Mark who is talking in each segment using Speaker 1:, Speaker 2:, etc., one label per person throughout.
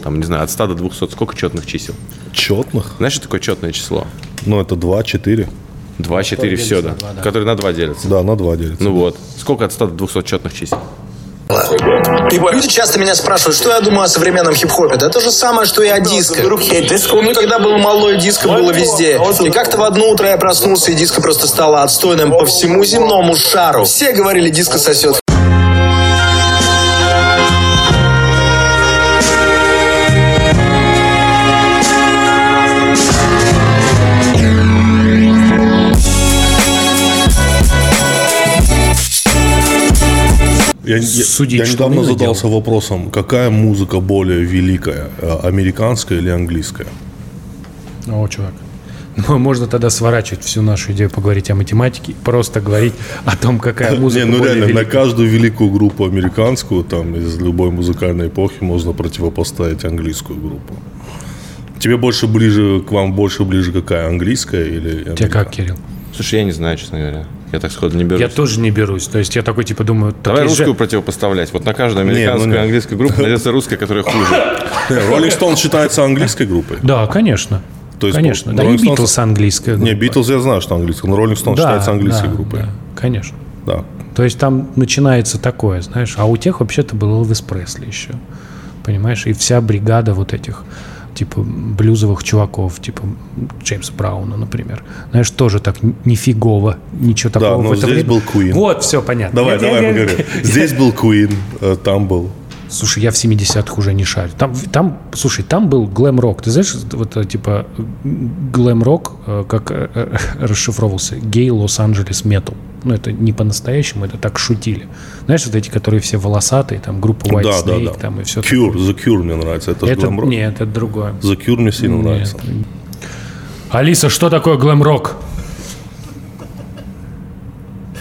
Speaker 1: там, не знаю, от 100 до 200, сколько четных чисел?
Speaker 2: Четных?
Speaker 1: Знаешь, что такое четное число?
Speaker 2: Ну, это 2, 4.
Speaker 1: 2, 4,
Speaker 3: делится
Speaker 1: все,
Speaker 3: на
Speaker 1: да.
Speaker 3: два, да.
Speaker 1: Которые на 2 делятся.
Speaker 2: Да, на 2 делится.
Speaker 1: Ну вот. Сколько от 100 до 200 четных чисел?
Speaker 4: Люди часто меня спрашивают, что я думаю о современном хип-хопе. Да то же самое, что и о диско. У меня когда был малой, диско было везде. И как-то в одно утро я проснулся, и диско просто стало отстойным по всему земному шару. Все говорили, диско сосет.
Speaker 2: Я, я-
Speaker 3: Судить,
Speaker 2: я
Speaker 3: что
Speaker 2: недавно
Speaker 3: умело
Speaker 2: задался вопросом, какая музыка более великая, э, американская или английская?
Speaker 3: О, чувак. Ну, а можно тогда сворачивать всю нашу идею, поговорить о математике, просто говорить о том, какая
Speaker 2: Не,
Speaker 3: музыка
Speaker 2: ну
Speaker 3: более
Speaker 2: реально, на
Speaker 3: велика.
Speaker 2: каждую великую группу американскую, там, из любой музыкальной эпохи можно противопоставить английскую группу. Тебе больше ближе, к вам больше ближе какая, английская или
Speaker 3: Тебе
Speaker 2: американская?
Speaker 3: как, Кирилл?
Speaker 1: Слушай, я не знаю, честно говоря. Я так сходу не берусь.
Speaker 3: Я тоже не берусь. То есть я такой, типа, думаю... так
Speaker 1: Давай
Speaker 3: есть же-
Speaker 1: русскую противопоставлять. Вот на каждую
Speaker 2: ну
Speaker 1: американскую и
Speaker 2: нет.
Speaker 1: английскую группу найдется русская, которая хуже.
Speaker 2: Роллинг Стоун считается английской группой?
Speaker 3: Да, конечно.
Speaker 2: То есть,
Speaker 3: конечно.
Speaker 2: ну,
Speaker 3: Да, и
Speaker 2: Rolling Stones-
Speaker 3: Битлз английская.
Speaker 2: Не,
Speaker 3: группа.
Speaker 2: Битлз я знаю, что английская, но Роллинг Стоун
Speaker 3: Да,
Speaker 2: считается английской
Speaker 3: да,
Speaker 2: группой.
Speaker 3: да, конечно.
Speaker 2: Да.
Speaker 3: То есть там начинается такое, знаешь, а у тех вообще-то был Элвис Пресли еще, понимаешь, и вся бригада вот этих типа блюзовых чуваков, типа Джеймса Брауна, например, знаешь, тоже так н- нифигово, ничего такого.
Speaker 2: но
Speaker 3: в это
Speaker 2: здесь
Speaker 3: время.
Speaker 2: был Queen.
Speaker 3: Вот, все понятно.
Speaker 2: Давай,
Speaker 3: Я- я-
Speaker 2: давай
Speaker 3: я-
Speaker 2: поговорим. Здесь был Queen, э, там был.
Speaker 3: Слушай, я в 70-х уже не шарю. Там, там, слушай, там был глэм-рок. Ты знаешь, вот э, типа м, глэм-рок, э, как э, э, расшифровывался, гей Лос-Анджелес метал. Ну, это не по-настоящему, это так шутили. Знаешь, вот эти, которые все волосатые, там, группа White
Speaker 2: да, да,
Speaker 3: Snake,
Speaker 2: да.
Speaker 3: там, и все.
Speaker 2: Cure, The Cure мне нравится. Это, же
Speaker 3: Это,
Speaker 2: глэм-рок.
Speaker 3: нет, это другое.
Speaker 2: The Cure мне сильно нравится.
Speaker 3: Алиса, что такое глэм-рок?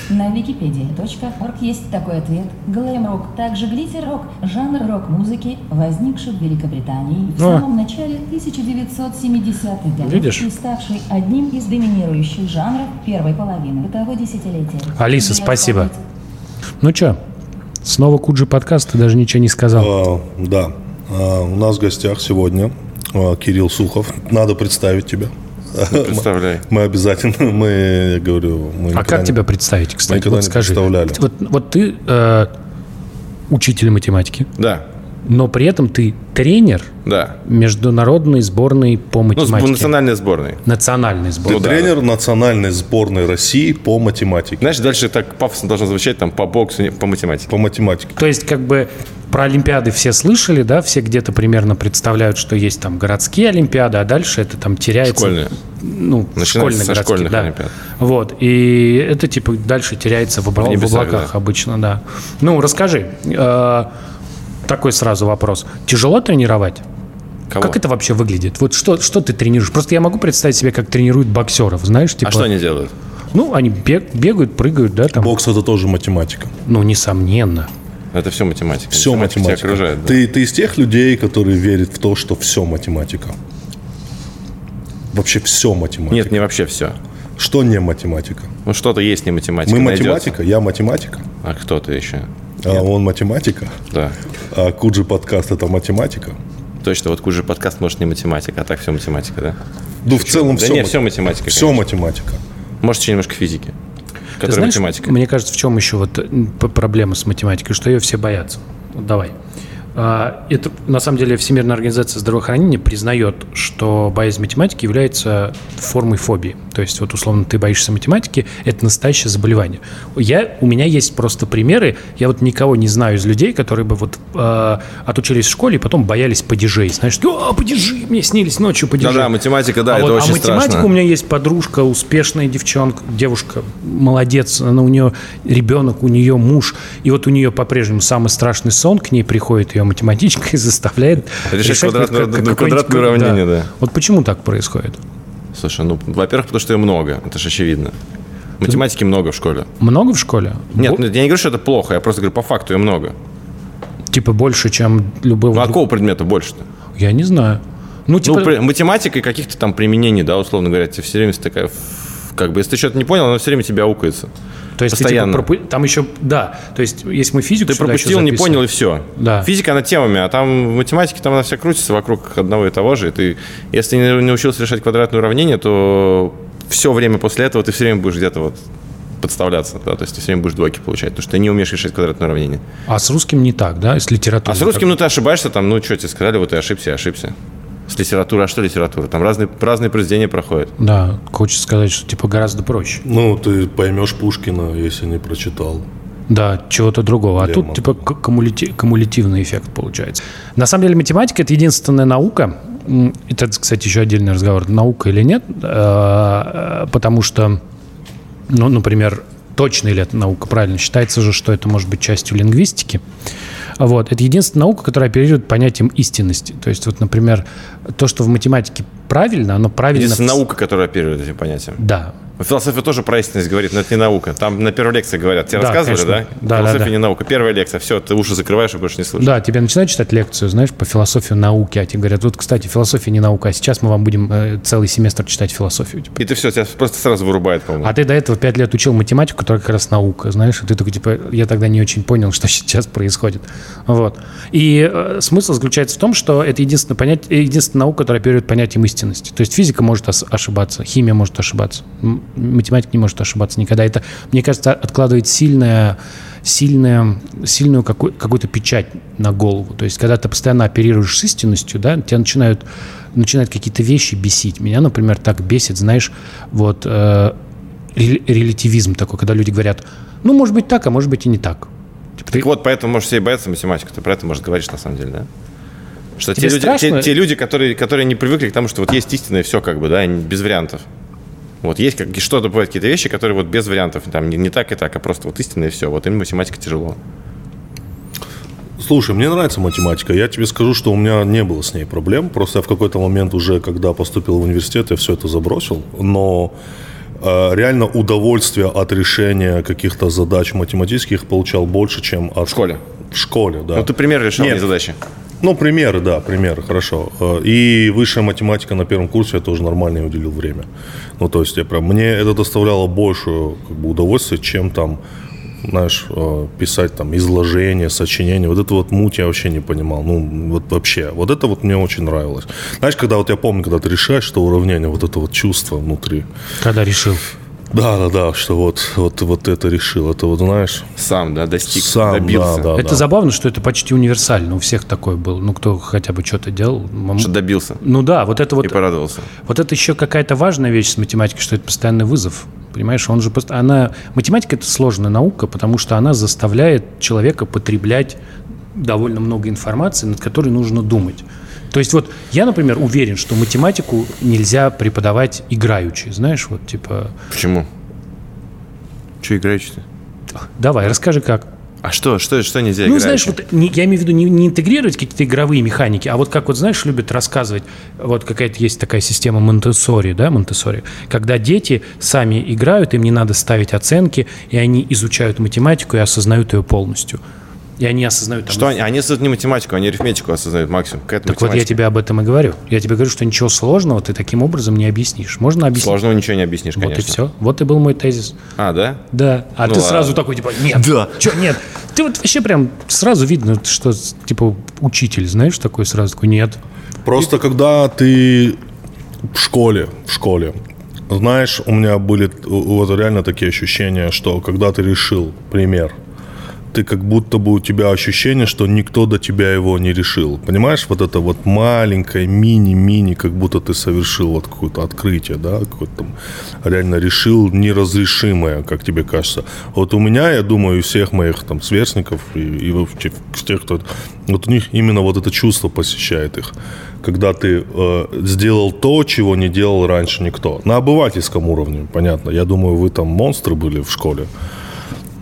Speaker 5: На wikipedia.org есть такой ответ. Глэм-рок, также глитер-рок, жанр рок-музыки, возникший в Великобритании в
Speaker 3: А.
Speaker 5: самом начале 1970-х годов
Speaker 3: Видишь?
Speaker 5: и ставший одним из доминирующих жанров первой половины того десятилетия.
Speaker 3: Алиса,
Speaker 5: Для
Speaker 3: спасибо.
Speaker 5: исполнителя-
Speaker 3: Ну что, снова Куджи подкаст, ты даже ничего не сказал.
Speaker 2: Э, Да. Э, У нас в гостях сегодня э, Кирилл Сухов. Надо представить тебя.
Speaker 1: Представляй.
Speaker 2: Мы обязательно, мы, я говорю... Мы
Speaker 3: А
Speaker 2: никогда
Speaker 3: как
Speaker 2: не-
Speaker 3: тебя представить, кстати?
Speaker 2: никогда
Speaker 3: вот
Speaker 2: не
Speaker 3: скажи.
Speaker 2: представляли.
Speaker 3: Вот, вот ты э, учитель математики,
Speaker 1: Да,
Speaker 3: но при этом ты тренер
Speaker 1: да.
Speaker 3: международной сборной по
Speaker 1: Ну, с-
Speaker 3: математике.
Speaker 1: национальная сборная.
Speaker 3: Национальной
Speaker 2: Ты
Speaker 3: сборной.
Speaker 1: да.
Speaker 2: тренер национальной сборной России по математике.
Speaker 1: Знаешь, дальше так пафосно должно звучать там по боксу, не- по математике.
Speaker 2: По математике.
Speaker 3: То есть, как бы про Олимпиады все слышали, да, все где-то примерно представляют, что есть там городские Олимпиады, а дальше это там теряется.
Speaker 1: Школьная.
Speaker 3: Ну,
Speaker 1: Начинается
Speaker 3: школьные
Speaker 1: со
Speaker 3: городские,
Speaker 1: школьных
Speaker 3: да.
Speaker 1: Олимпиад.
Speaker 3: Вот. И это типа дальше теряется в, обла-
Speaker 1: В
Speaker 3: в
Speaker 1: небесах,
Speaker 3: облаках
Speaker 1: да.
Speaker 3: обычно, да. Ну, расскажи. э, такой сразу вопрос. Тяжело тренировать?
Speaker 1: Кого?
Speaker 3: Как это вообще выглядит? Вот что, что ты тренируешь? Просто я могу представить себе, как тренируют боксеров, знаешь, типа.
Speaker 1: А что они делают?
Speaker 3: Ну, они бег- бегают, прыгают, да, там.
Speaker 2: Бокс это тоже математика.
Speaker 3: Ну, несомненно.
Speaker 1: Это все математика.
Speaker 2: Все
Speaker 1: тебя
Speaker 2: математика.
Speaker 1: окружает. да.
Speaker 2: ты, ты из тех людей, которые верят в то, что все математика. Вообще все математика.
Speaker 1: Нет, не вообще все.
Speaker 2: Что не математика?
Speaker 1: Ну, что-то есть не математика.
Speaker 2: Мы
Speaker 1: найдётся.
Speaker 2: математика, я математика,
Speaker 1: А кто ты еще?
Speaker 2: а он математика,
Speaker 1: Да.
Speaker 2: а Куджи подкаст это математика.
Speaker 1: Точно, вот Куджи подкаст, может, не математика, а так все математика, да?
Speaker 2: Ну, в целом
Speaker 1: Да
Speaker 2: все.
Speaker 1: не, всё математика,
Speaker 2: Все
Speaker 1: конечно.
Speaker 2: математика.
Speaker 1: Может, еще немножко физики,
Speaker 3: Ты
Speaker 1: которая
Speaker 3: знаешь,
Speaker 1: математика.
Speaker 3: Мне кажется, в чем еще вот м, п- проблема с математикой, что ее все боятся. Вот давай. А, Это, на самом деле, Всемирная организация здравоохранения признает, что боязнь математики является формой фобии. То есть, вот условно, ты боишься математики, это настоящее заболевание. Я, у меня есть просто примеры, я вот никого не знаю из людей, которые бы вот э, отучились в школе и потом боялись падежей. Знаешь, «О, падежи, мне снились ночью падежи.
Speaker 1: Да-да, математика, да,
Speaker 3: А
Speaker 1: это
Speaker 3: вот-
Speaker 1: очень
Speaker 3: А математика
Speaker 1: страшно.
Speaker 3: у меня есть подружка, успешная девчонка, девушка, молодец, она у нее ребенок, у нее муж, и вот у нее по-прежнему самый страшный сон, к ней приходит ее математичка и заставляет
Speaker 1: Решать квадратное-
Speaker 3: как- как-
Speaker 1: ну,
Speaker 3: какое-нибудь-
Speaker 1: квадратное уравнение, да.
Speaker 3: Вот почему так происходит?
Speaker 1: Слушай, ну, во-первых, потому что ее много, это же очевидно. Математики много в школе.
Speaker 3: Много в школе?
Speaker 1: Нет,
Speaker 3: Бо-
Speaker 1: нет, я не говорю, что это плохо, я просто говорю, по факту ее много.
Speaker 3: Типа больше, чем любого...
Speaker 1: Ну, а
Speaker 3: друг-
Speaker 1: какого предмета больше-то?
Speaker 3: Я не знаю. Ну,
Speaker 1: Ну,
Speaker 3: типа...
Speaker 1: при- математика и каких-то там применений, да, условно говоря, тебе все время такая в Как бы, если ты что-то не понял, оно все время тебя аукается.
Speaker 3: То есть ты, типа,
Speaker 1: Постоянно.
Speaker 3: пропу- там еще, да, то есть если мы физику
Speaker 1: Ты
Speaker 3: сюда еще
Speaker 1: пропустил, не
Speaker 3: записываем-
Speaker 1: понял, и все.
Speaker 3: Да.
Speaker 1: Физика, она темами, а там в математике там она вся крутится вокруг одного и того же. И ты, если не научился решать квадратное уравнение, то все время после этого ты все время будешь где-то вот подставляться, да, то есть ты все время будешь двойки получать, потому что ты не умеешь решать квадратное уравнение.
Speaker 3: А с русским не так, да, с литературой.
Speaker 1: А с русским, ну ты ошибаешься, там, ну что тебе сказали, вот ты ошибся, и ошибся. С литературой, а что литература? Там разные, разные произведения проходят.
Speaker 3: Да, хочется сказать, что типа гораздо проще.
Speaker 2: Ну, ты поймешь Пушкина, если не прочитал.
Speaker 3: Да, чего-то другого. А
Speaker 2: Лермонтова.
Speaker 3: тут типа к- кумулити- кумулятивный эффект получается. На самом деле математика это единственная наука. м, Это, кстати, еще отдельный разговор, наука или нет, э, потому что, ну, например, точно ли это наука, правильно считается же, что это может быть частью лингвистики. Вот. Это единственная наука, которая оперирует понятием истинности. То есть, вот, например, то, что в математике правильно, оно правильно...
Speaker 1: Единственная
Speaker 3: в-
Speaker 1: наука, которая оперирует этим понятием.
Speaker 3: Да,
Speaker 1: Философия тоже про истинность говорит, но это не наука. Там на первой лекции говорят. Тебе
Speaker 3: Да,
Speaker 1: рассказывали,
Speaker 3: конечно.
Speaker 1: да?
Speaker 3: Да, да,
Speaker 1: Философия
Speaker 3: да.
Speaker 1: не наука. Первая лекция. Все, ты уши закрываешь и больше не слышишь.
Speaker 3: Да, тебе начинают читать лекцию, знаешь, по философии науки, а тебе говорят, вот, кстати, философия не наука, а сейчас мы вам будем э, целый семестр читать философию. типа.
Speaker 1: И ты все, тебя просто сразу вырубает, по-моему.
Speaker 3: А ты до этого пять лет учил математику, которая как раз наука, знаешь, и ты такой, типа, я тогда не очень понял, что сейчас происходит. Вот. И э, смысл заключается в том, что это единственное понятие, единственная наука, которая оперирует понятием истинности. То есть физика может ос- ошибаться, химия может ошибаться, м- математика не может ошибаться никогда. Это, мне кажется, откладывает сильное, сильное, сильную какую- какую-то печать на голову. То есть, когда ты постоянно оперируешь с истинностью, да, тебя начинают, начинают какие-то вещи бесить. Меня, например, так бесит, знаешь, вот... э, рел- релятивизм такой, когда люди говорят, ну, может быть так, а может быть и не так. Типа, ты-
Speaker 1: Так вот, поэтому можешь все и бояться математику. Ты про это, может, говоришь, на самом деле, да? Что
Speaker 3: Тебе
Speaker 1: те люди,
Speaker 3: страшно?
Speaker 1: те, те люди, которые, которые не привыкли к тому, что вот есть истина и все, как бы, да, и без вариантов. Вот есть как, что-то бывают какие-то вещи, которые вот без вариантов, там не, не так и так, а просто вот истина и все. Вот им математика тяжело.
Speaker 2: Слушай, мне нравится математика. Я тебе скажу, что у меня не было с ней проблем. Просто я в какой-то момент уже, когда поступил в университет, я все это забросил. Но э, реально удовольствие от решения каких-то задач математических получал больше, чем от... В
Speaker 1: школе?
Speaker 2: В школе, да.
Speaker 1: Ну, ты пример решал,
Speaker 2: Нет.
Speaker 1: не задачи.
Speaker 2: Ну, примеры, да, примеры, хорошо. Э, И высшая математика на первом курсе я тоже нормально ей уделил время. Ну, то есть, я прям, мне это доставляло больше как бы, удовольствия, чем там, знаешь, э, писать там изложения, сочинения. Вот это вот муть я вообще не понимал. Ну, вот вообще. Вот это вот мне очень нравилось. Знаешь, когда вот я помню, когда ты решаешь, что уравнение, вот это вот чувство внутри.
Speaker 3: когда решил.
Speaker 2: Да, да, да, что вот, вот, вот это решил. Это вот, знаешь,
Speaker 1: Сам, да, достиг,
Speaker 2: сам,
Speaker 1: Типа добился.
Speaker 2: да, да,
Speaker 3: это
Speaker 2: да.
Speaker 3: забавно, что это почти универсально. У всех такое было. Ну, кто хотя бы что-то делал. мам-
Speaker 1: Что добился.
Speaker 3: Ну да, вот это вот,
Speaker 1: И порадовался.
Speaker 3: вот это еще какая-то важная вещь с математикой, что это постоянный вызов. Понимаешь, он же пост- она математика это сложная наука, потому что она заставляет человека потреблять довольно много информации, над которой нужно думать. То есть вот я, например, уверен, что математику нельзя преподавать играючи, знаешь, вот типа
Speaker 1: Почему? Че играешь-то?
Speaker 3: Давай, расскажи как.
Speaker 1: А что, что, что нельзя
Speaker 3: ну,
Speaker 1: играючи?
Speaker 3: знаешь, вот не- я имею в виду не, не интегрировать какие-то игровые механики, а вот как вот, знаешь, любят рассказывать, вот какая-то есть такая система Монтессори, да, Монтессори, когда дети сами играют, им не надо ставить оценки, и они изучают математику и осознают ее полностью. И они осознают... там,
Speaker 1: Что они, они осознают не математику, они арифметику осознают максимум. Какая
Speaker 3: Так вот я тебе об этом и говорю. Я тебе говорю, что ничего сложного ты таким образом не объяснишь. Можно объяснить?
Speaker 1: Сложного ничего не объяснишь,
Speaker 3: Вот
Speaker 1: конечно.
Speaker 3: и все. Вот и был мой тезис.
Speaker 1: А, да?
Speaker 3: Да. А
Speaker 1: Ну
Speaker 3: ты
Speaker 1: ладно.
Speaker 3: сразу такой, типа, нет. Да. Че, нет. Ты вот вообще прям сразу видно, что, типа, учитель, знаешь, такой сразу такой, нет.
Speaker 2: Просто когда ты в школе, в школе, знаешь, у меня были у- вот реально такие ощущения, что когда ты решил пример, ты как будто бы у тебя ощущение, что никто до тебя его не решил. Понимаешь, вот это вот маленькое мини-мини, как будто ты совершил вот какое-то открытие, да, какое-то там реально решил неразрешимое, как тебе кажется. Вот у меня, я думаю, и у всех моих там сверстников, и, и во- те- тех, кто... Вот у них именно вот это чувство посещает их, когда ты э, сделал то, чего не делал раньше никто. На обывательском уровне, понятно. Я думаю, вы там монстры были в школе.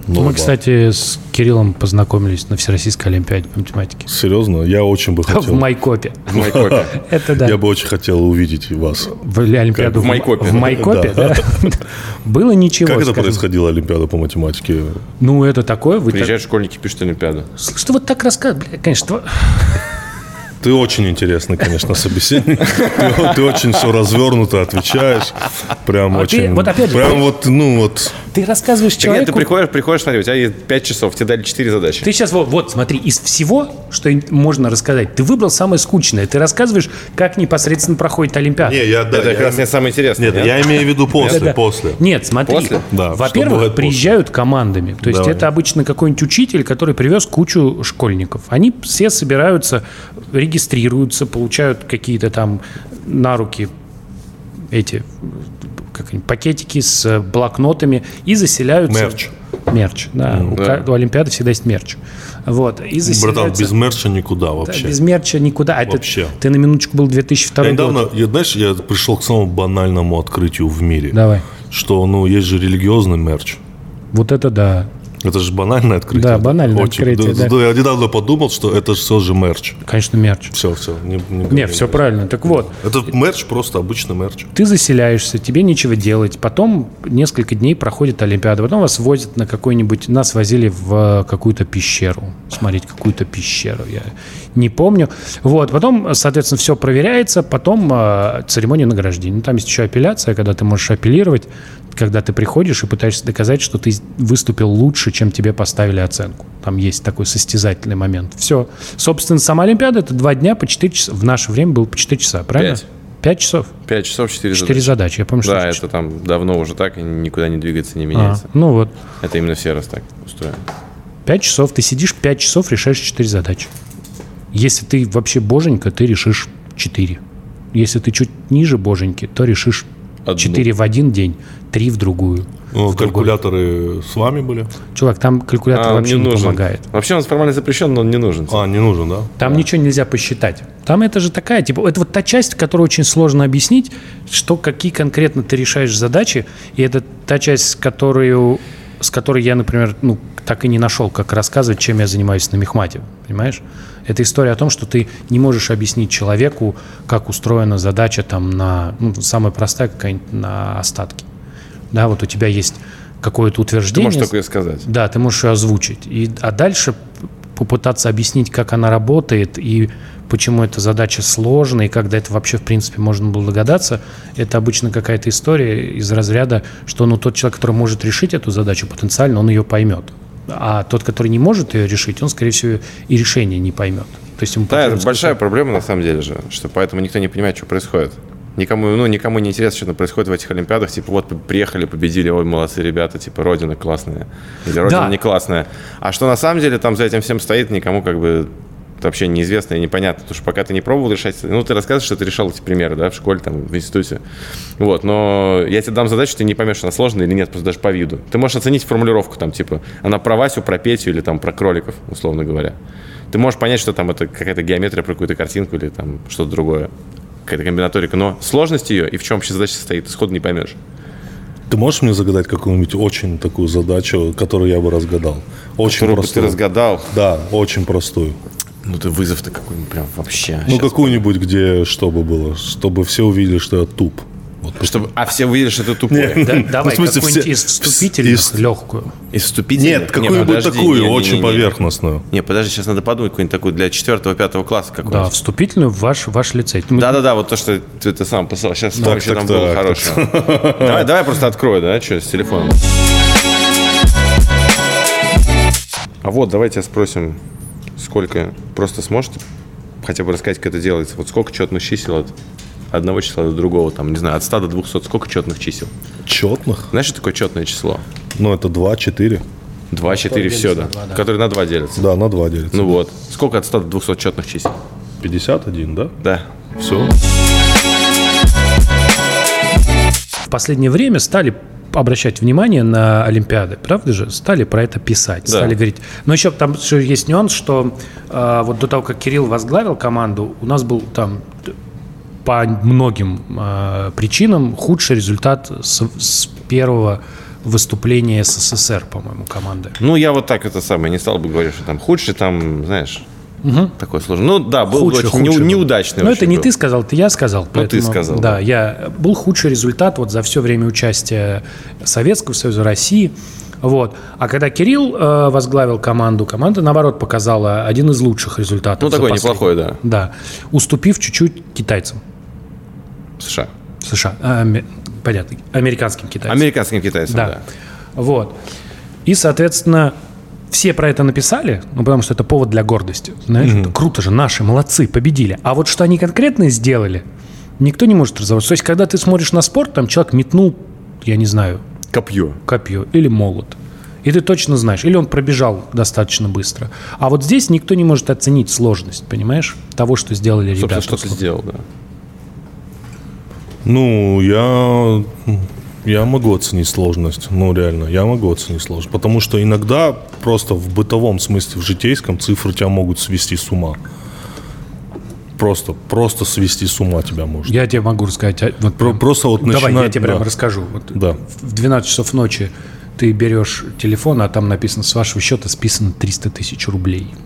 Speaker 2: Ну,
Speaker 3: Мы,
Speaker 2: да.
Speaker 3: кстати, с Кириллом познакомились на Всероссийской Олимпиаде по математике.
Speaker 2: Серьезно, я очень бы
Speaker 3: В
Speaker 2: хотел.
Speaker 3: Майкопе.
Speaker 1: В Майкопе.
Speaker 3: Это да.
Speaker 2: Ну
Speaker 3: Ну,
Speaker 2: Я бы очень хотел увидеть вас.
Speaker 3: В Олимпиаду
Speaker 1: в Майкопе.
Speaker 3: В Майкопе, да. Было ничего.
Speaker 2: Как это
Speaker 3: скажем.
Speaker 2: происходило, Олимпиада по математике?
Speaker 3: Ну, это такое. вы так-
Speaker 1: Приезжают школьники, пишут Олимпиаду.
Speaker 3: Что вот так рассказывать? Конечно, тво-
Speaker 2: Ты очень интересный, конечно, собеседник. Ты, ты очень все развернуто отвечаешь. Прям
Speaker 3: А
Speaker 2: очень.
Speaker 3: ты- вот опять же,
Speaker 2: прям
Speaker 3: ты-
Speaker 2: вот, ну вот.
Speaker 3: Ты рассказываешь
Speaker 1: Ты, нет,
Speaker 3: человеку...
Speaker 1: ты приходишь, приходишь, смотри, у тебя есть 5 часов, тебе дали 4 задачи.
Speaker 3: Ты сейчас вот, вот смотри, из всего, что ин- можно рассказать, ты выбрал самое скучное. Ты рассказываешь, как непосредственно проходит Олимпиада.
Speaker 2: Не, я да,
Speaker 1: это как
Speaker 2: я-
Speaker 1: раз мне самое интересное.
Speaker 2: Нет, я имею в виду после,
Speaker 3: Да-да.
Speaker 2: после.
Speaker 3: Нет, смотри.
Speaker 1: После?
Speaker 2: Да, что бывает
Speaker 3: Во-первых,
Speaker 2: после.
Speaker 3: приезжают командами. То есть
Speaker 2: Давай.
Speaker 3: это обычно какой-нибудь учитель, который привез кучу школьников. Они все собираются, регистрируются, получают какие-то там на руки эти как они, пакетики с э, блокнотами и заселяются.
Speaker 2: Мерч.
Speaker 3: Мерч, да. у,
Speaker 1: да.
Speaker 3: ка- у Олимпиады всегда есть мерч. Вот. И
Speaker 2: Братан,
Speaker 3: заселяются.
Speaker 2: без мерча никуда
Speaker 3: Да,
Speaker 2: вообще.
Speaker 3: без мерча никуда. А это
Speaker 2: Вообще.
Speaker 3: ты на минуточку был 2002
Speaker 2: Я
Speaker 3: год.
Speaker 2: недавно, я, знаешь, я пришел к самому банальному открытию в мире.
Speaker 3: Давай.
Speaker 2: Что, ну, есть же религиозный мерч.
Speaker 3: Вот это да.
Speaker 2: Это же банальное открытие.
Speaker 3: Да, банальное
Speaker 2: Очень.
Speaker 3: открытие, да.
Speaker 2: Я недавно подумал, что это все же мерч.
Speaker 3: Конечно, мерч.
Speaker 2: Все, все. Не, не
Speaker 3: Не,
Speaker 2: говори.
Speaker 3: все правильно. Так вот,
Speaker 2: Это мерч, просто обычный мерч.
Speaker 3: ты заселяешься, тебе нечего делать. Потом несколько дней проходит Олимпиада. Потом вас возят на какой-нибудь... Нас возили в э, какую-то пещеру. Смотреть какую-то пещеру. Я не помню. Вот. Потом, э, соответственно, все проверяется. Потом э, церемония награждения. Ну, Там есть еще апелляция, когда ты можешь апеллировать, когда ты приходишь и пытаешься доказать, что ты выступил лучше, чем тебе поставили оценку. Там есть такой состязательный момент. Все. Собственно, сама Олимпиада — это два дня по 4 часа. В наше время было по 4 часа, правильно?
Speaker 1: Пять.
Speaker 3: 5 часов?
Speaker 1: 5 часов, 4
Speaker 3: Четыре
Speaker 1: задачи.
Speaker 3: задачи, я помню, что
Speaker 1: Да,
Speaker 3: их
Speaker 1: это там давно уже так, и никуда не двигается, не
Speaker 3: четыре. А,
Speaker 1: меняется.
Speaker 3: ну вот,
Speaker 1: Это именно все раз так устроено.
Speaker 3: 5 часов, ты сидишь 5 часов, решаешь 4 задачи. Если ты вообще боженька, ты решишь 4. Если ты чуть ниже боженьки, то решишь
Speaker 1: Одну.
Speaker 3: 4 в один день, 3 в другую.
Speaker 2: Ну,
Speaker 3: в другой.
Speaker 2: калькуляторы с вами были?
Speaker 3: Чувак, там калькулятор
Speaker 1: А, он
Speaker 3: вообще не, помогает.
Speaker 1: Вообще он формально запрещен, но он не нужен.
Speaker 2: А, не нужен, да?
Speaker 3: Там ничего нельзя посчитать. Там это же такая, типа, это вот та часть, которую очень сложно объяснить, что какие конкретно ты решаешь задачи, и это та часть, с которую, с которой я, например, ну, так и не нашел, как рассказывать, чем я занимаюсь на мехмате, понимаешь? Это история о том, что ты не можешь объяснить человеку, как устроена задача там на, ну, самая простая какая-нибудь на остатки. Да, вот у тебя есть какое-то
Speaker 1: Ты
Speaker 3: утверждение.
Speaker 1: можешь такое сказать.
Speaker 3: Да, ты можешь ее озвучить. И, а дальше п- попытаться объяснить, как она работает и почему эта задача сложная, и как до этого вообще, в принципе, можно было догадаться. Это обычно какая-то история из разряда, что ну, тот человек, который может решить эту задачу потенциально, он ее поймет. А тот, который не может ее решить, он, скорее всего, и решение не поймет. То есть ему
Speaker 1: Да, это
Speaker 3: потребуется-
Speaker 1: большая проблема на самом деле же, что поэтому никто не понимает, что происходит. Никому, ну, никому не интересно, что там происходит в этих Олимпиадах. Типа, вот приехали, победили, ой, молодцы ребята, типа, Родина классная. Или Родина
Speaker 3: Да.
Speaker 1: не классная. А что на самом деле там за этим всем стоит, никому как бы вообще неизвестно и непонятно. Потому что пока ты не пробовал решать... Ну, ты рассказываешь, что ты решал эти примеры, да, в школе, там, в институте. Вот, но я тебе дам задачу, ты не поймешь, она сложная или нет, просто даже по виду. Ты можешь оценить формулировку, там, типа, она про Васю, про Петю или там про кроликов, условно говоря. Ты можешь понять, что там это какая-то геометрия про какую-то картинку или там что-то другое какая-то комбинаторика, но сложность ее и в чем вообще задача состоит, сходу не поймешь.
Speaker 2: Ты можешь мне загадать какую-нибудь очень такую задачу, которую я бы разгадал? Очень
Speaker 1: Которую бы ты
Speaker 2: простую.
Speaker 1: разгадал.
Speaker 2: Да, очень простую.
Speaker 1: Ну ты вызов-то какой-нибудь прям вообще.
Speaker 2: Ну, какую-нибудь, где что бы было, чтобы все увидели, что я туп. Вот. Ну,
Speaker 1: Чтобы, а все увидели, что ты тупой.
Speaker 3: Да, давай
Speaker 2: в смысле,
Speaker 3: какую-нибудь
Speaker 2: все-
Speaker 3: из вступительных
Speaker 2: из-
Speaker 3: легкую.
Speaker 1: И вступительный.
Speaker 2: Нет, какую-нибудь такую, очень поверхностную.
Speaker 1: Не, подожди, сейчас надо подумать какую-нибудь такую для 4-5 класса
Speaker 3: Да,
Speaker 1: какую-нибудь.
Speaker 3: вступительную в ваш, ваш лицей. Мы-
Speaker 1: Да-да-да, вот то, что ты, ты сам писал. Сейчас там еще
Speaker 2: так,
Speaker 1: там было
Speaker 2: так,
Speaker 1: хорошее. Давай, давай я просто открою, да, что, с телефоном. А вот, давайте спросим, сколько просто сможете хотя бы рассказать, как это делается. Вот сколько четных чисел от одного числа до другого, там, не знаю, от 100 до 200, сколько четных чисел?
Speaker 2: Четных?
Speaker 1: Знаешь, что такое четное число?
Speaker 2: Ну, это 2-4.
Speaker 1: 2, 4, все, да. Которые на 2 делятся.
Speaker 2: Да, на 2 делится.
Speaker 1: Ну вот. Сколько от 100 до 200 четных чисел?
Speaker 2: 51, да?
Speaker 1: Да.
Speaker 2: Все.
Speaker 3: в последнее время стали обращать внимание на Олимпиады, правда же? Стали про это писать,
Speaker 1: Да.
Speaker 3: стали говорить. Но еще там еще есть нюанс, что э, вот до того, как Кирилл возглавил команду, у нас был там т- по многим э, причинам худший результат с, с первого выступления СССР, по-моему, команды.
Speaker 1: Ну, я вот так это самое не стал бы говорить, что там худший, там, знаешь, такое сложно. Ну, да, был
Speaker 3: Худший,
Speaker 1: очень
Speaker 3: худший
Speaker 1: неу-
Speaker 3: был.
Speaker 1: неудачный.
Speaker 3: Но
Speaker 1: очень
Speaker 3: это не
Speaker 1: был. Ну,
Speaker 3: ты сказал, это я сказал.
Speaker 1: ты сказал,
Speaker 3: Да,
Speaker 1: да.
Speaker 3: я был худший результат вот за все время участия Советского Союза, России. Вот. А когда Кирилл э, возглавил команду, команда, наоборот, показала один из лучших результатов.
Speaker 1: Ну,
Speaker 3: за
Speaker 1: такой
Speaker 3: последние-
Speaker 1: неплохой, да.
Speaker 3: Да. Уступив чуть-чуть китайцам.
Speaker 1: США.
Speaker 3: США. А, аме- понятно. Американским китайцам.
Speaker 1: Американским китайцам, да.
Speaker 3: Да. Вот. И, соответственно, все про это написали, ну, потому что это повод для гордости. Знаешь, это круто же, наши молодцы, победили. А вот что они конкретно сделали, никто не может разобраться. То есть, когда ты смотришь на спорт, там человек метнул, я не знаю,
Speaker 1: Копье.
Speaker 3: копье или молот. И ты точно знаешь, или он пробежал достаточно быстро. А вот здесь никто не может оценить сложность, понимаешь, того, что сделали ребята.
Speaker 1: Собственно, что ты сделал, да.
Speaker 2: Ну, я... Я могу оценить сложность. Ну, реально, я могу оценить сложность. Потому что иногда просто в бытовом смысле, в житейском, цифры тебя могут свести с ума. Просто, просто свести с ума тебя может.
Speaker 3: Я тебе могу рассказать. а, Вот
Speaker 2: Про-
Speaker 3: прям-
Speaker 2: просто вот
Speaker 3: Давай, я
Speaker 2: начинать,
Speaker 3: тебе прям
Speaker 2: да.
Speaker 3: расскажу. Вот
Speaker 2: Да.
Speaker 3: В 12 часов ночи ты берешь телефон, а там написано, с вашего счета списано 300 тысяч рублей.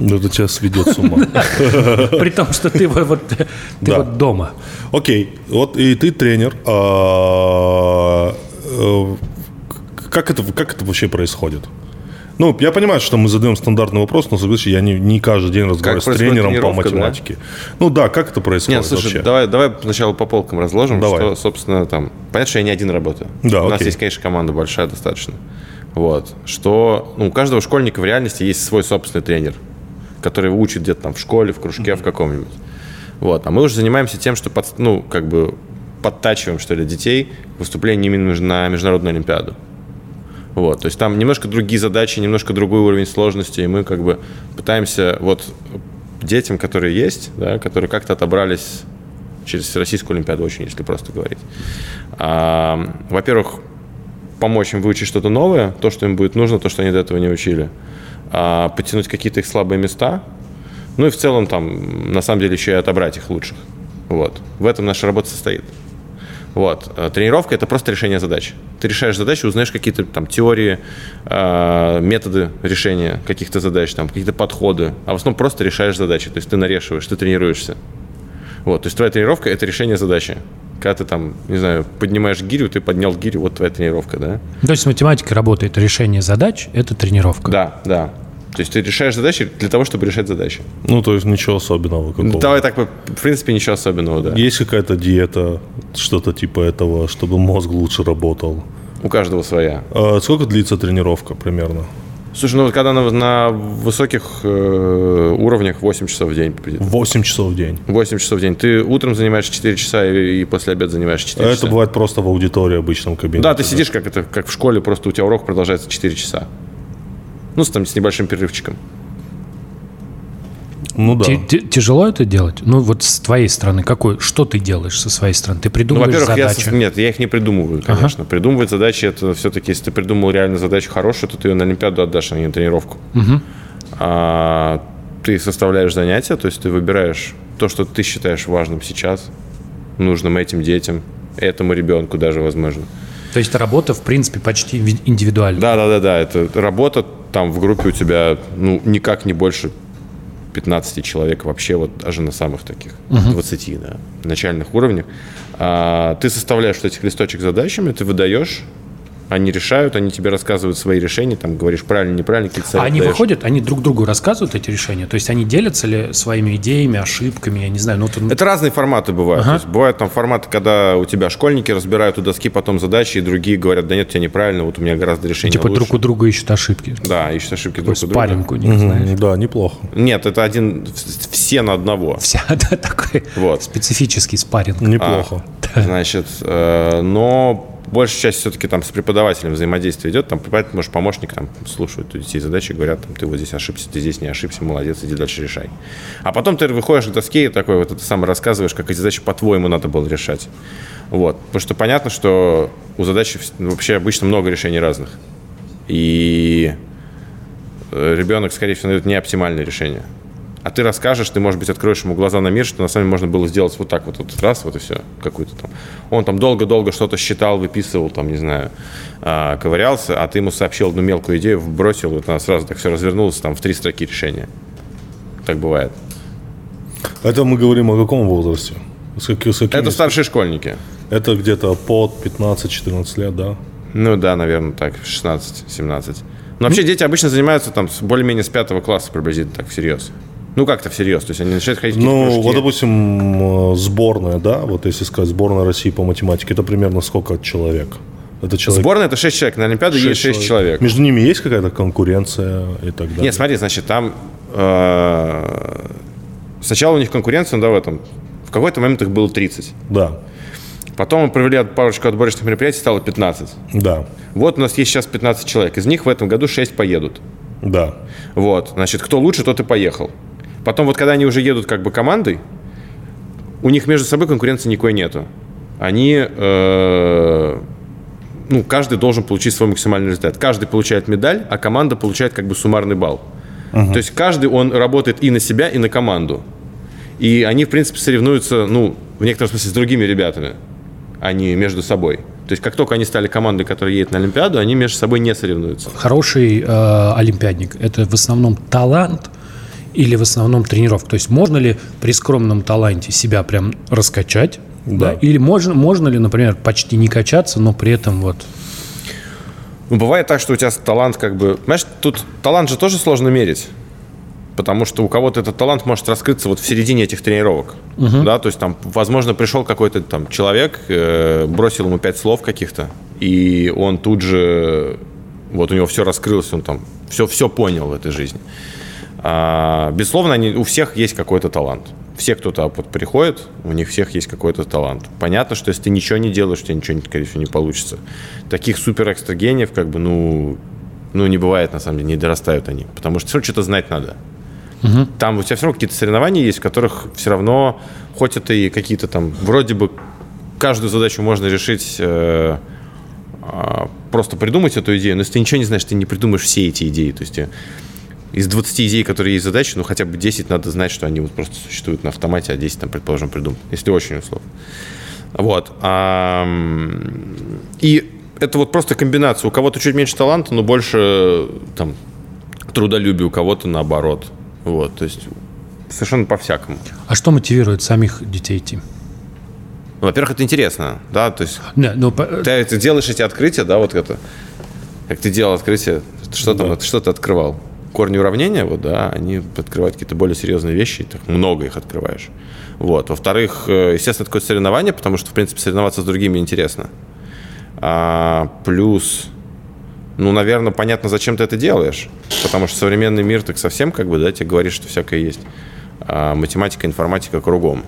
Speaker 2: Ну, Это тебя сведет с ума.
Speaker 3: При том, что ты вот- вот ты
Speaker 2: Да.
Speaker 3: вот дома.
Speaker 2: Окей, вот и ты тренер. А, э, Как это, как это вообще происходит? Ну, я понимаю, что мы задаем стандартный вопрос, но согласись, я не, не каждый день разговариваю с
Speaker 1: происходит
Speaker 2: тренером по
Speaker 1: тренировка, да?
Speaker 2: математике. Ну да, как это происходит
Speaker 1: Нет, слушай,
Speaker 2: вообще?
Speaker 1: давай, давай сначала по полкам разложим,
Speaker 2: Давай.
Speaker 1: что, собственно, там. Понятно, что я не один работаю.
Speaker 2: Да,
Speaker 1: У нас
Speaker 2: окей.
Speaker 1: есть, конечно, команда большая достаточно. Вот. Что ну, у каждого школьника в реальности есть свой собственный тренер, который учит где-то там в школе, в кружке, в каком-нибудь. Вот. А мы уже занимаемся тем, что под, ну, как бы подтачиваем, что ли, детей к выступлению именно меж- на Международную Олимпиаду. Вот, то есть там немножко другие задачи, немножко другой уровень сложности, и мы как бы пытаемся вот детям, которые есть, да, которые как-то отобрались через Российскую Олимпиаду очень, если просто говорить. а, во-первых, помочь им выучить что-то новое, то, что им будет нужно, то, что они до этого не учили, а, подтянуть какие-то их слабые места, ну и в целом там, на самом деле, еще и отобрать их лучших. Вот. В этом наша работа состоит. Вот. Э, Тренировка – это просто решение задач. Ты решаешь задачи, узнаешь какие-то там теории, э, методы решения каких-то задач, там, какие-то подходы. А в основном просто решаешь задачи. То есть ты нарешиваешь, ты тренируешься. Вот. То есть твоя тренировка – это решение задачи. Когда ты там, не знаю, поднимаешь гирю, ты поднял гирю, вот твоя тренировка, да?
Speaker 3: То есть с математикой работает решение задач, это тренировка.
Speaker 1: Да, да. То есть ты решаешь задачи для того, чтобы решать задачи.
Speaker 2: Ну, то есть ничего особенного какого
Speaker 1: Давай так, в принципе, ничего особенного, да.
Speaker 2: Есть какая-то диета, что-то типа этого, чтобы мозг лучше работал.
Speaker 1: У каждого своя.
Speaker 2: А сколько длится тренировка примерно?
Speaker 1: Слушай, ну вот когда на, на высоких э, уровнях 8 часов в день победит.
Speaker 2: 8 часов в день.
Speaker 1: 8 часов в день. Ты утром занимаешься 4 часа и, и после обеда занимаешься 4
Speaker 2: А
Speaker 1: часа.
Speaker 2: это бывает просто в аудитории обычном кабинете.
Speaker 1: Да, ты сидишь как это, как в школе, просто у тебя урок продолжается 4 часа. Ну, с, там, с небольшим перерывчиком.
Speaker 2: Ну да.
Speaker 3: Ти- ти- Тяжело это делать? Ну вот с твоей стороны, какой, что ты делаешь со своей стороны? Ты
Speaker 1: Ну,
Speaker 3: придумываешь
Speaker 1: во-первых, я,
Speaker 3: задачу?
Speaker 1: со- нет, я их не придумываю, конечно. Придумывать задачи, это все-таки, если ты придумал реально задачу хорошую, то ты ее на Олимпиаду отдашь, а не на тренировку. А, ты составляешь занятия, то есть ты выбираешь то, что ты считаешь важным сейчас, нужным этим детям, этому ребенку даже, возможно.
Speaker 3: То есть работа, в принципе, почти ви- индивидуальна.
Speaker 1: Да, да, да, да. Это работа там в группе у тебя, ну, никак не больше 15 человек вообще, вот даже на самых таких 20, да, начальных уровнях. А, ты составляешь вот этих листочек с задачами, ты выдаешь, они решают, они тебе рассказывают свои решения, там говоришь правильно, неправильно, какие-то
Speaker 3: А
Speaker 1: советы
Speaker 3: они
Speaker 1: даешь.
Speaker 3: выходят, они друг другу рассказывают эти решения? То есть они делятся ли своими идеями, ошибками, я не знаю, ну вот
Speaker 1: Это разные форматы бывают. То есть бывают там форматы, когда у тебя школьники разбирают у доски потом задачи, и другие говорят, да нет, у тебя неправильно, вот у меня гораздо решение
Speaker 3: типа
Speaker 1: лучше.
Speaker 3: друг у друга ищут ошибки.
Speaker 1: Да, ищут ошибки друг
Speaker 3: Такой
Speaker 1: у друга.
Speaker 3: спарринг у них, знаешь.
Speaker 2: М, Да, неплохо.
Speaker 1: Нет, это один, в- все на одного.
Speaker 3: Вся, да, такой
Speaker 1: Вот.
Speaker 3: специфический спарринг.
Speaker 2: Неплохо.
Speaker 1: А. Значит, э, но большая часть все-таки там с преподавателем взаимодействие идет, там преподаватель, может, помощник там слушают у детей задачи, говорят, там, ты вот здесь ошибся, ты здесь не ошибся, молодец, иди дальше решай. А потом ты выходишь к доске и такой вот это сам рассказываешь, как эти задачи по-твоему надо было решать. Вот, потому что понятно, что у задачи вс- вообще обычно много решений разных. И э, ребенок, скорее всего, найдет не оптимальное решение. А ты расскажешь, ты, может быть, откроешь ему глаза на мир, что на самом деле можно было сделать вот так вот, вот раз, вот и все, какую-то там. Он там долго-долго что-то считал, выписывал, там, не знаю, а, ковырялся, а ты ему сообщил одну мелкую идею, вбросил, вот она сразу так все развернулось, там, в три строки решения. Так бывает.
Speaker 2: Это мы говорим о каком возрасте? С каки- с какими-
Speaker 1: Это старшие школьники.
Speaker 2: Это где-то под 15-14 лет, да?
Speaker 1: Ну да, наверное, так, 16-17. Но вообще дети обычно занимаются там с- более-менее с пятого класса приблизительно так всерьез. Ну как-то всерьез, то есть они начинают ходить в какие-то
Speaker 2: Ну,
Speaker 1: кружки.
Speaker 2: вот, допустим, э, сборная, да, вот если сказать, сборная России по математике, это примерно сколько человек? Это человек...
Speaker 1: Сборная это 6 человек, на Олимпиаду есть 6 человек.
Speaker 2: Между ними есть какая-то конкуренция и так далее?
Speaker 1: Нет, смотри, значит, там э, сначала у них конкуренция, ну да, в этом. В какой-то момент их было 30.
Speaker 2: Да,
Speaker 1: Потом мы провели от- парочку отборочных мероприятий, стало 15.
Speaker 2: да,
Speaker 1: Вот у нас есть сейчас 15 человек. Из них в этом году 6 поедут.
Speaker 2: да.
Speaker 1: Вот, значит, кто лучше, тот и поехал. Потом вот когда они уже едут как бы командой, у них между собой конкуренции никакой нету. Они, э, ну, каждый должен получить свой максимальный результат. Каждый получает медаль, а команда получает как бы суммарный балл. То есть каждый, он работает и на себя, и на команду. И они, в принципе, соревнуются, ну, в некотором смысле, с другими ребятами, а не между собой. То есть как только они стали командой, которая едет на Олимпиаду, они между собой не соревнуются.
Speaker 3: Хороший э, олимпиадник – это в основном талант или в основном тренировка? То есть можно ли при скромном таланте себя прям раскачать?
Speaker 2: Да.
Speaker 3: Или можно, можно ли, например, почти не качаться, но при этом вот...
Speaker 1: Ну, бывает так, что у тебя талант как бы... Понимаешь, тут талант же тоже сложно мерить. Потому что у кого-то этот талант может раскрыться вот в середине этих тренировок. Да, то есть там, возможно, пришел какой-то там человек, э, бросил ему пять слов каких-то, и он тут же... Вот у него все раскрылось, он там все, все понял в этой жизни. А, безусловно, они, у всех есть какой-то талант. Все, кто то вот приходит, у них всех есть какой-то талант. Понятно, что если ты ничего не делаешь, у тебя ничего, скорее всего, не получится. Таких супер экстра гениев, как бы, ну, ну, не бывает, на самом деле, не дорастают они. Потому что все равно что-то знать надо. Там у тебя все равно какие-то соревнования есть, в которых все равно, хоть это и какие-то там, вроде бы, каждую задачу можно решить э, а, просто придумать эту идею, но если ты ничего не знаешь, ты не придумаешь все эти идеи. То есть э, тебе из 20 идей, которые есть задачи, ну хотя бы 10 надо знать, что они вот просто существуют на автомате, а 10 там, предположим, придумать, если очень условно. Вот. Ам, И это вот просто комбинация. У кого-то чуть меньше таланта, но больше э, там трудолюбия, у кого-то наоборот. Вот, то есть совершенно по-всякому.
Speaker 3: А что мотивирует самих детей идти?
Speaker 1: Ну, Во-первых, это интересно, да, то есть
Speaker 3: Не, ну, по- э,
Speaker 1: ты, ты делаешь эти открытия, да, вот это, как ты делал открытие, что там, это- что ты открывал? Корни уравнения, вот, да, они открывают какие-то более серьезные вещи, и так много их открываешь. Вот. Во-вторых, э, естественно, это какое-то соревнование, потому что, в принципе, соревноваться с другими интересно. А, плюс, ну, наверное, понятно, зачем ты это делаешь, потому что современный мир так совсем, как бы, да, тебе говорит, что всякое есть. А математика, информатика кругом.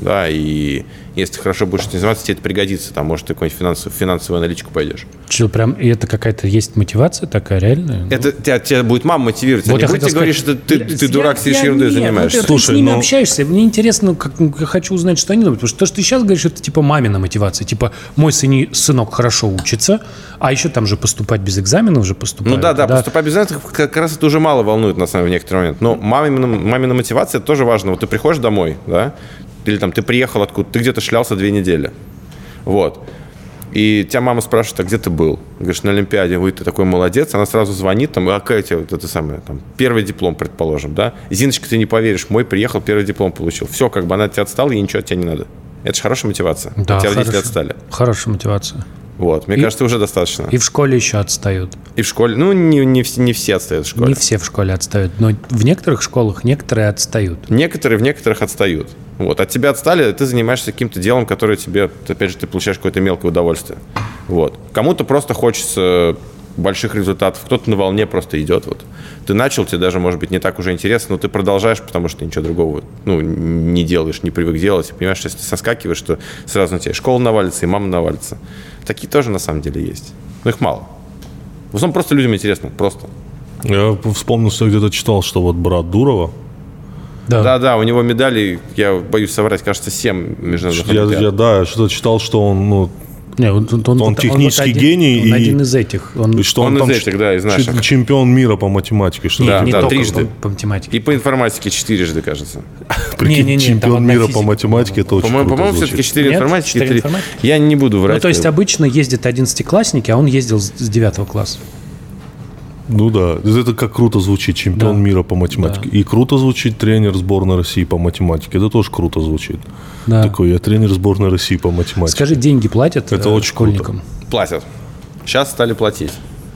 Speaker 1: Да, и если ты хорошо будешь этим заниматься, тебе это пригодится. Там, может, ты какую-нибудь финансовую, финансовую аналитику пойдешь.
Speaker 3: чё, прям, и это какая-то есть мотивация такая реальная?
Speaker 1: Это тебя, тебя будет мама мотивировать.
Speaker 3: Вот
Speaker 1: Вот не
Speaker 3: я
Speaker 1: будет
Speaker 3: хотел
Speaker 1: тебе говорить, что
Speaker 3: сказать,
Speaker 1: ты, ты дурак,
Speaker 3: я-
Speaker 1: сидишь
Speaker 3: я
Speaker 1: ерундой
Speaker 3: нет,
Speaker 1: занимаешься.
Speaker 3: вот ты- ты
Speaker 2: Слушай,
Speaker 3: с ними
Speaker 2: ну-
Speaker 3: общаешься, мне интересно, как, я хочу узнать, что они думают. Потому что то, что ты сейчас говоришь, это типа мамина мотивация. Типа, мой сыни- сынок хорошо учится, а еще там же поступать без экзаменов же поступать.
Speaker 1: Ну да, да, поступать без экзаменов, как раз это уже мало волнует, на самом деле, в некоторый момент. Но мамина, мамина мотивация тоже важна. Вот ты приходишь домой, да, или там ты приехал откуда, ты где-то шлялся две недели. Вот. И тебя мама спрашивает, а где ты был? Говоришь, на Олимпиаде, ой, ты такой молодец. Она сразу звонит, там, а какая у тебя вот это самое, там, первый диплом, предположим, да? Зиночка, ты не поверишь, мой приехал, первый диплом получил. Все, как бы она от тебя отстала, ей ничего от тебя не надо. Это же хорошая мотивация.
Speaker 3: Да,
Speaker 1: тебя
Speaker 3: хорошо.
Speaker 1: родители отстали.
Speaker 3: Хорошая мотивация.
Speaker 1: Вот, мне
Speaker 3: И-
Speaker 1: кажется, уже достаточно.
Speaker 3: И в школе еще отстают.
Speaker 1: И в школе, ну, не, не, вс- не все отстают в школе.
Speaker 3: Не все в школе отстают, но в некоторых школах некоторые отстают.
Speaker 1: Некоторые в некоторых отстают. Вот. От тебя отстали, ты занимаешься каким-то делом, которое тебе, опять же, ты получаешь какое-то мелкое удовольствие. Вот. Кому-то просто хочется больших результатов, кто-то на волне просто идет. Вот. Ты начал, тебе даже, может быть, не так уже интересно, но ты продолжаешь, потому что ничего другого ну, не делаешь, не привык делать. И понимаешь, что если ты соскакиваешь, то сразу на тебя и школа навалится, и мама навалится. Такие тоже на самом деле есть. Но их мало. В основном просто людям интересно, просто.
Speaker 2: Я вспомнил, что я где-то читал, что вот брат Дурова,
Speaker 1: Да, да, у него медали, я боюсь соврать, кажется, 7 международных
Speaker 2: я,
Speaker 1: олимпиад.
Speaker 2: я, да, я что-то читал, что он, ну,
Speaker 3: Не, он, он- он-
Speaker 2: Он
Speaker 3: вот
Speaker 2: технический гений
Speaker 3: Он
Speaker 2: и-
Speaker 3: один из этих. Он
Speaker 2: что
Speaker 1: Он
Speaker 2: он,
Speaker 1: из
Speaker 2: там
Speaker 1: этих, да, из
Speaker 2: чуть ли
Speaker 1: наших.
Speaker 2: чемпион мира по математике, что
Speaker 3: не,
Speaker 2: ли?
Speaker 1: Да,
Speaker 3: не
Speaker 1: да,
Speaker 3: только
Speaker 1: трижды.
Speaker 3: по, по математике.
Speaker 1: И по информатике четырежды, кажется.
Speaker 2: Прикинь,
Speaker 3: Не-не-не, там
Speaker 2: чемпион
Speaker 3: одна
Speaker 2: мира по
Speaker 3: физика,
Speaker 2: математике, это очень
Speaker 1: По-моему,
Speaker 2: круто
Speaker 1: по-моему,
Speaker 2: звучит.
Speaker 1: все-таки 4
Speaker 3: Нет,
Speaker 1: информатики.
Speaker 3: четыре
Speaker 1: и три-
Speaker 3: информатики.
Speaker 1: Я не буду врать.
Speaker 3: Ну, то есть
Speaker 1: как бы.
Speaker 3: обычно ездят одиннадцатиклассники, а он ездил с с девятого класса.
Speaker 2: Ну да, это как круто звучит чемпион
Speaker 3: Да.
Speaker 2: мира по математике. И круто звучит тренер сборной России по математике. Это тоже круто звучит.
Speaker 3: Да.
Speaker 2: Такой, я тренер сборной России по математике.
Speaker 3: Скажи, деньги платят
Speaker 2: Это
Speaker 3: э,
Speaker 2: очень круто.
Speaker 3: школьникам?
Speaker 1: Платят. Сейчас стали платить.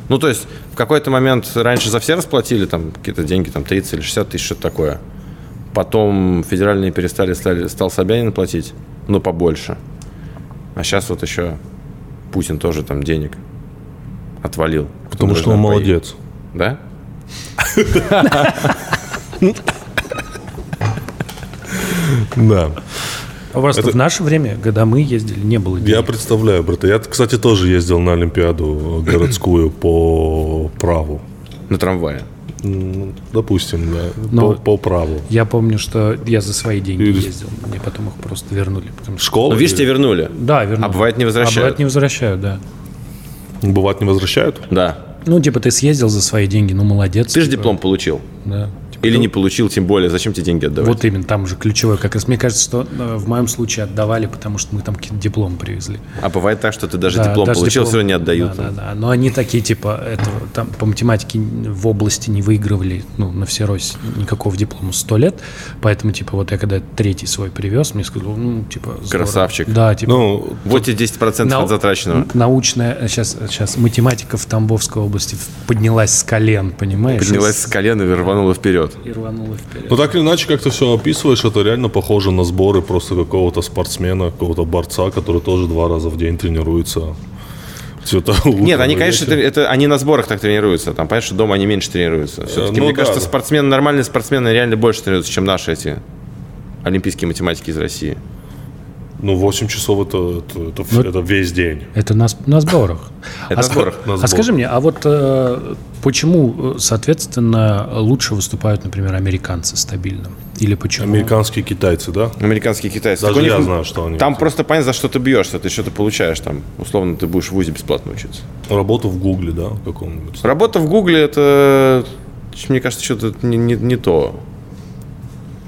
Speaker 1: Ну, то есть, в какой-то момент раньше за все расплатили там какие-то деньги, там 30 или 60 тысяч, что-то такое. Потом федеральные перестали, стали, стал Собянин платить, но побольше. А сейчас вот еще Путин тоже там денег отвалил.
Speaker 2: Потому что он
Speaker 1: Должна поесть.
Speaker 2: молодец.
Speaker 1: Да?
Speaker 2: Да.
Speaker 3: А У вас в наше время, когда мы ездили, не было денег.
Speaker 2: Я представляю, брата. Я, кстати, тоже ездил на Олимпиаду городскую по праву.
Speaker 1: На трамвае.
Speaker 2: Ну, Допустим, да.
Speaker 3: Но-
Speaker 2: По, по праву.
Speaker 3: Я помню, что я за свои деньги
Speaker 2: Или-
Speaker 3: ездил. Мне потом их просто вернули. потому что-
Speaker 2: Школа?
Speaker 1: Ну, видишь, тебе вернули.
Speaker 3: Да, вернули.
Speaker 1: А бывает, не возвращают.
Speaker 3: А бывает не возвращают, да.
Speaker 2: Бывает, не возвращают?
Speaker 1: Да.
Speaker 3: Ну, типа, ты съездил за свои деньги, ну, молодец.
Speaker 1: Ты же
Speaker 3: типа,
Speaker 1: диплом получил.
Speaker 3: Да. Типа,
Speaker 1: Или
Speaker 3: ну,
Speaker 1: не получил, тем более. Зачем тебе деньги отдавать?
Speaker 3: Вот именно, там же ключевое как раз. Мне кажется, что э, в моем случае отдавали, потому что мы там какие-то дипломы привезли.
Speaker 1: А бывает так, что ты даже
Speaker 3: Да,
Speaker 1: диплом
Speaker 3: даже
Speaker 1: получил,
Speaker 3: диплом.
Speaker 1: все равно не отдают.
Speaker 3: Да, да, да. Но они такие, типа, этого, там по математике в области не выигрывали, ну, на всерось никакого диплома сто лет. Поэтому, типа, вот я когда третий свой привез, мне сказали, ну, типа... здорово.
Speaker 1: Красавчик.
Speaker 3: Да, типа...
Speaker 2: Ну,
Speaker 1: Вот тебе 10%
Speaker 3: нау-
Speaker 1: от затраченного.
Speaker 3: Научная, сейчас, сейчас математика в Тамбовской области в- поднялась с колен, понимаешь?
Speaker 1: Поднялась с колен и рванула вперед.
Speaker 3: И рванула вперед.
Speaker 2: ну, так или иначе, как ты все описываешь, это реально похоже на сборы просто какого-то спортсмена, какого-то борца, который тоже два раза в день тренируется. Всё это утром
Speaker 1: Нет, они,
Speaker 2: и
Speaker 1: конечно,
Speaker 2: вечером.
Speaker 1: трени- это, они на сборах так тренируются. Там, понятно, что дома они меньше тренируются. Все-таки,
Speaker 2: Э, ну
Speaker 1: мне
Speaker 2: да.
Speaker 1: кажется, спортсмены, нормальные спортсмены реально больше тренируются, чем наши эти олимпийские математики из России.
Speaker 2: Ну, 8 часов это, это, это,
Speaker 3: Ну,
Speaker 2: это весь день.
Speaker 3: Это на, с- на сборах.
Speaker 1: Это на
Speaker 3: ск-
Speaker 1: сборах,
Speaker 2: на
Speaker 3: а
Speaker 2: сборах.
Speaker 3: скажи мне, а вот э, почему, э, соответственно, лучше выступают, например, американцы стабильно? Или почему?
Speaker 2: Американские китайцы, да?
Speaker 1: Американские китайцы.
Speaker 2: Даже
Speaker 1: Так у них-
Speaker 2: я знаю, что они.
Speaker 1: Там просто понятно, за что ты бьешься, ты что-то получаешь там. Условно, ты будешь в ВУЗе бесплатно учиться.
Speaker 2: Работу в Гугле, да, каком-нибудь.
Speaker 1: Работа в Гугле это, мне кажется, что-то не, не- не то.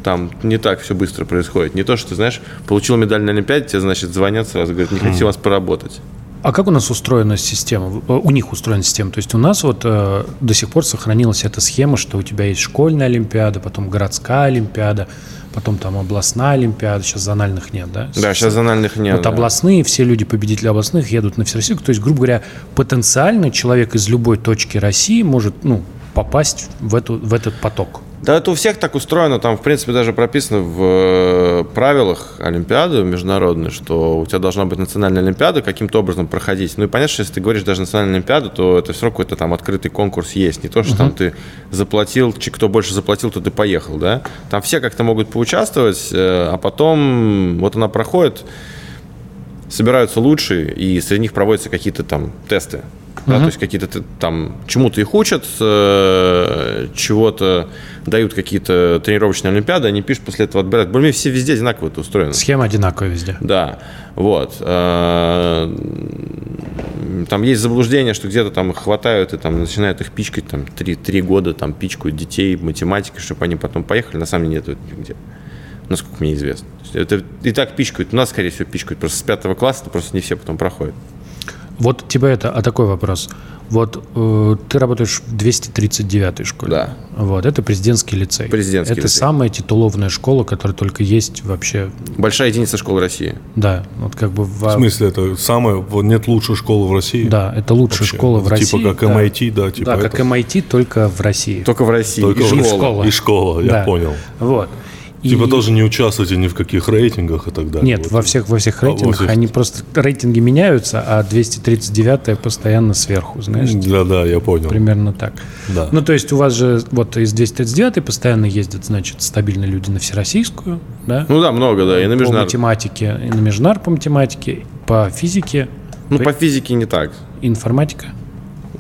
Speaker 1: Там не так все быстро происходит. Не то, что ты, знаешь, получил медаль на Олимпиаде, тебе, значит, звонят сразу, говорят, не хотим вас поработать.
Speaker 3: А как у нас устроена система? В- э, У них устроена система. То есть у нас вот э, до сих пор сохранилась эта схема, что у тебя есть школьная олимпиада, потом городская олимпиада, потом там областная олимпиада. Сейчас зональных нет, да?
Speaker 1: Да, сейчас зональных нет.
Speaker 3: Вот
Speaker 1: да.
Speaker 3: областные, все люди, победители областных, едут на Всероссийск. То есть, грубо говоря, потенциально человек из любой точки России может ну, попасть в, эту, в этот поток.
Speaker 1: Да, это у всех так устроено, там, в принципе, даже прописано в э, правилах Олимпиады международной, что у тебя должна быть национальная Олимпиада каким-то образом проходить. Ну и понятно, что если ты говоришь даже национальную Олимпиаду, то это все равно какой-то там открытый конкурс есть. Не то, что там ты заплатил, чи- кто больше заплатил, тот и поехал, да? Там все как-то могут поучаствовать, э, а потом вот она проходит, собираются лучшие, и среди них проводятся какие-то там тесты. Да, то есть какие-то т- там чему-то их учат, э, чего-то дают какие-то тренировочные олимпиады, они пишут после этого отбирают. Более все везде одинаково это устроено.
Speaker 3: Схема одинаковая везде.
Speaker 1: Да, вот. Э, Там есть заблуждение, что где-то там их хватают и там начинают их пичкать, там три три года там пичкают детей математикой, чтобы они потом поехали. На самом деле нет этого нигде, насколько мне известно. То есть это и так пичкают, нас, скорее всего, пичкают. Просто с пятого класса это просто не все потом проходят.
Speaker 3: Вот тебе это, а такой вопрос. Вот э, ты работаешь в 239-й школе.
Speaker 1: Да.
Speaker 3: Вот, это президентский лицей.
Speaker 1: Президентский
Speaker 3: это
Speaker 1: лицей.
Speaker 3: самая титулованная школа, которая только есть вообще,
Speaker 1: Большая единица школ России.
Speaker 3: да, вот как бы...
Speaker 2: В смысле, это самое, вот нет лучшей школы в России?
Speaker 3: Да, это лучшая
Speaker 2: Вообще.
Speaker 3: школа в
Speaker 2: Типа
Speaker 3: России.
Speaker 2: как
Speaker 3: да.
Speaker 2: MIT, да, типа
Speaker 3: Да, как
Speaker 2: этого.
Speaker 3: MIT, только в России.
Speaker 1: Только в России.
Speaker 2: Только
Speaker 1: и школа.
Speaker 2: в-
Speaker 3: И школа.
Speaker 2: И школа, я
Speaker 3: Да.
Speaker 2: понял.
Speaker 3: Вот. И-
Speaker 2: Типа тоже не участвуйте ни в каких рейтингах и так далее.
Speaker 3: Нет,
Speaker 2: Вот.
Speaker 3: во всех, во всех
Speaker 2: А, во
Speaker 3: рейтингах
Speaker 2: всех.
Speaker 3: они просто рейтинги меняются, а 239 постоянно сверху, знаешь,
Speaker 2: Да, да, я понял.
Speaker 3: примерно так.
Speaker 2: Да.
Speaker 3: Ну, то есть у вас же вот из 239 постоянно ездят, значит, стабильно люди на всероссийскую, да?
Speaker 1: Ну да, много, да, и на
Speaker 3: по
Speaker 1: международном.
Speaker 3: математике, и на межнар по математике, по физике,
Speaker 1: Ну, по физике не так,
Speaker 3: информатика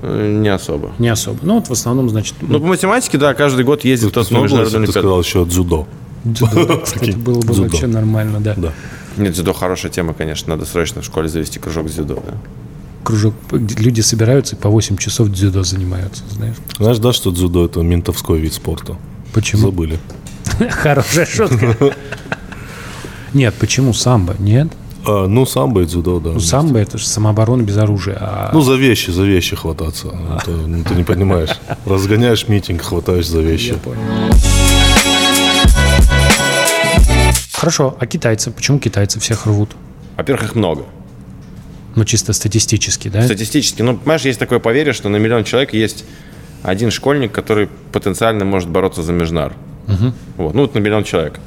Speaker 1: э, не особо.
Speaker 3: не особо. Ну, вот в основном, значит,
Speaker 1: Ну, по математике, да, каждый год ездит кто-то на
Speaker 2: Ну,
Speaker 1: международную
Speaker 2: ты
Speaker 1: олимпиаду.
Speaker 2: сказал еще дзюдо.
Speaker 3: дзюдо. это было бы
Speaker 2: Ну, Дзюдо.
Speaker 3: вообще нормально, да.
Speaker 2: Да.
Speaker 1: Нет, дзюдо хорошая тема, конечно. Надо срочно в школе завести кружок дзюдо. да.
Speaker 3: Кружок, где люди собираются и по 8 часов дзюдо занимаются, знаешь.
Speaker 2: Знаешь, да, что дзюдо это ментовской вид спорта?
Speaker 3: Почему?
Speaker 2: Забыли.
Speaker 3: Хорошая шутка. Нет, почему самбо? Нет.
Speaker 2: А, ну, самбо и дзюдо, да.
Speaker 3: Самбо это же самооборона без оружия. А
Speaker 2: Ну, за вещи, за вещи хвататься. Это, ну, ты не понимаешь. Разгоняешь митинг, хватаешь за вещи.
Speaker 3: Хорошо, а китайцы? Почему китайцы всех рвут?
Speaker 1: Во-первых, их много.
Speaker 3: Ну, чисто статистически, да?
Speaker 1: Статистически. Ну, понимаешь, есть такое поверье, что на миллион человек есть один школьник, который потенциально может бороться за Межнар. Вот. Ну, вот на миллион человек.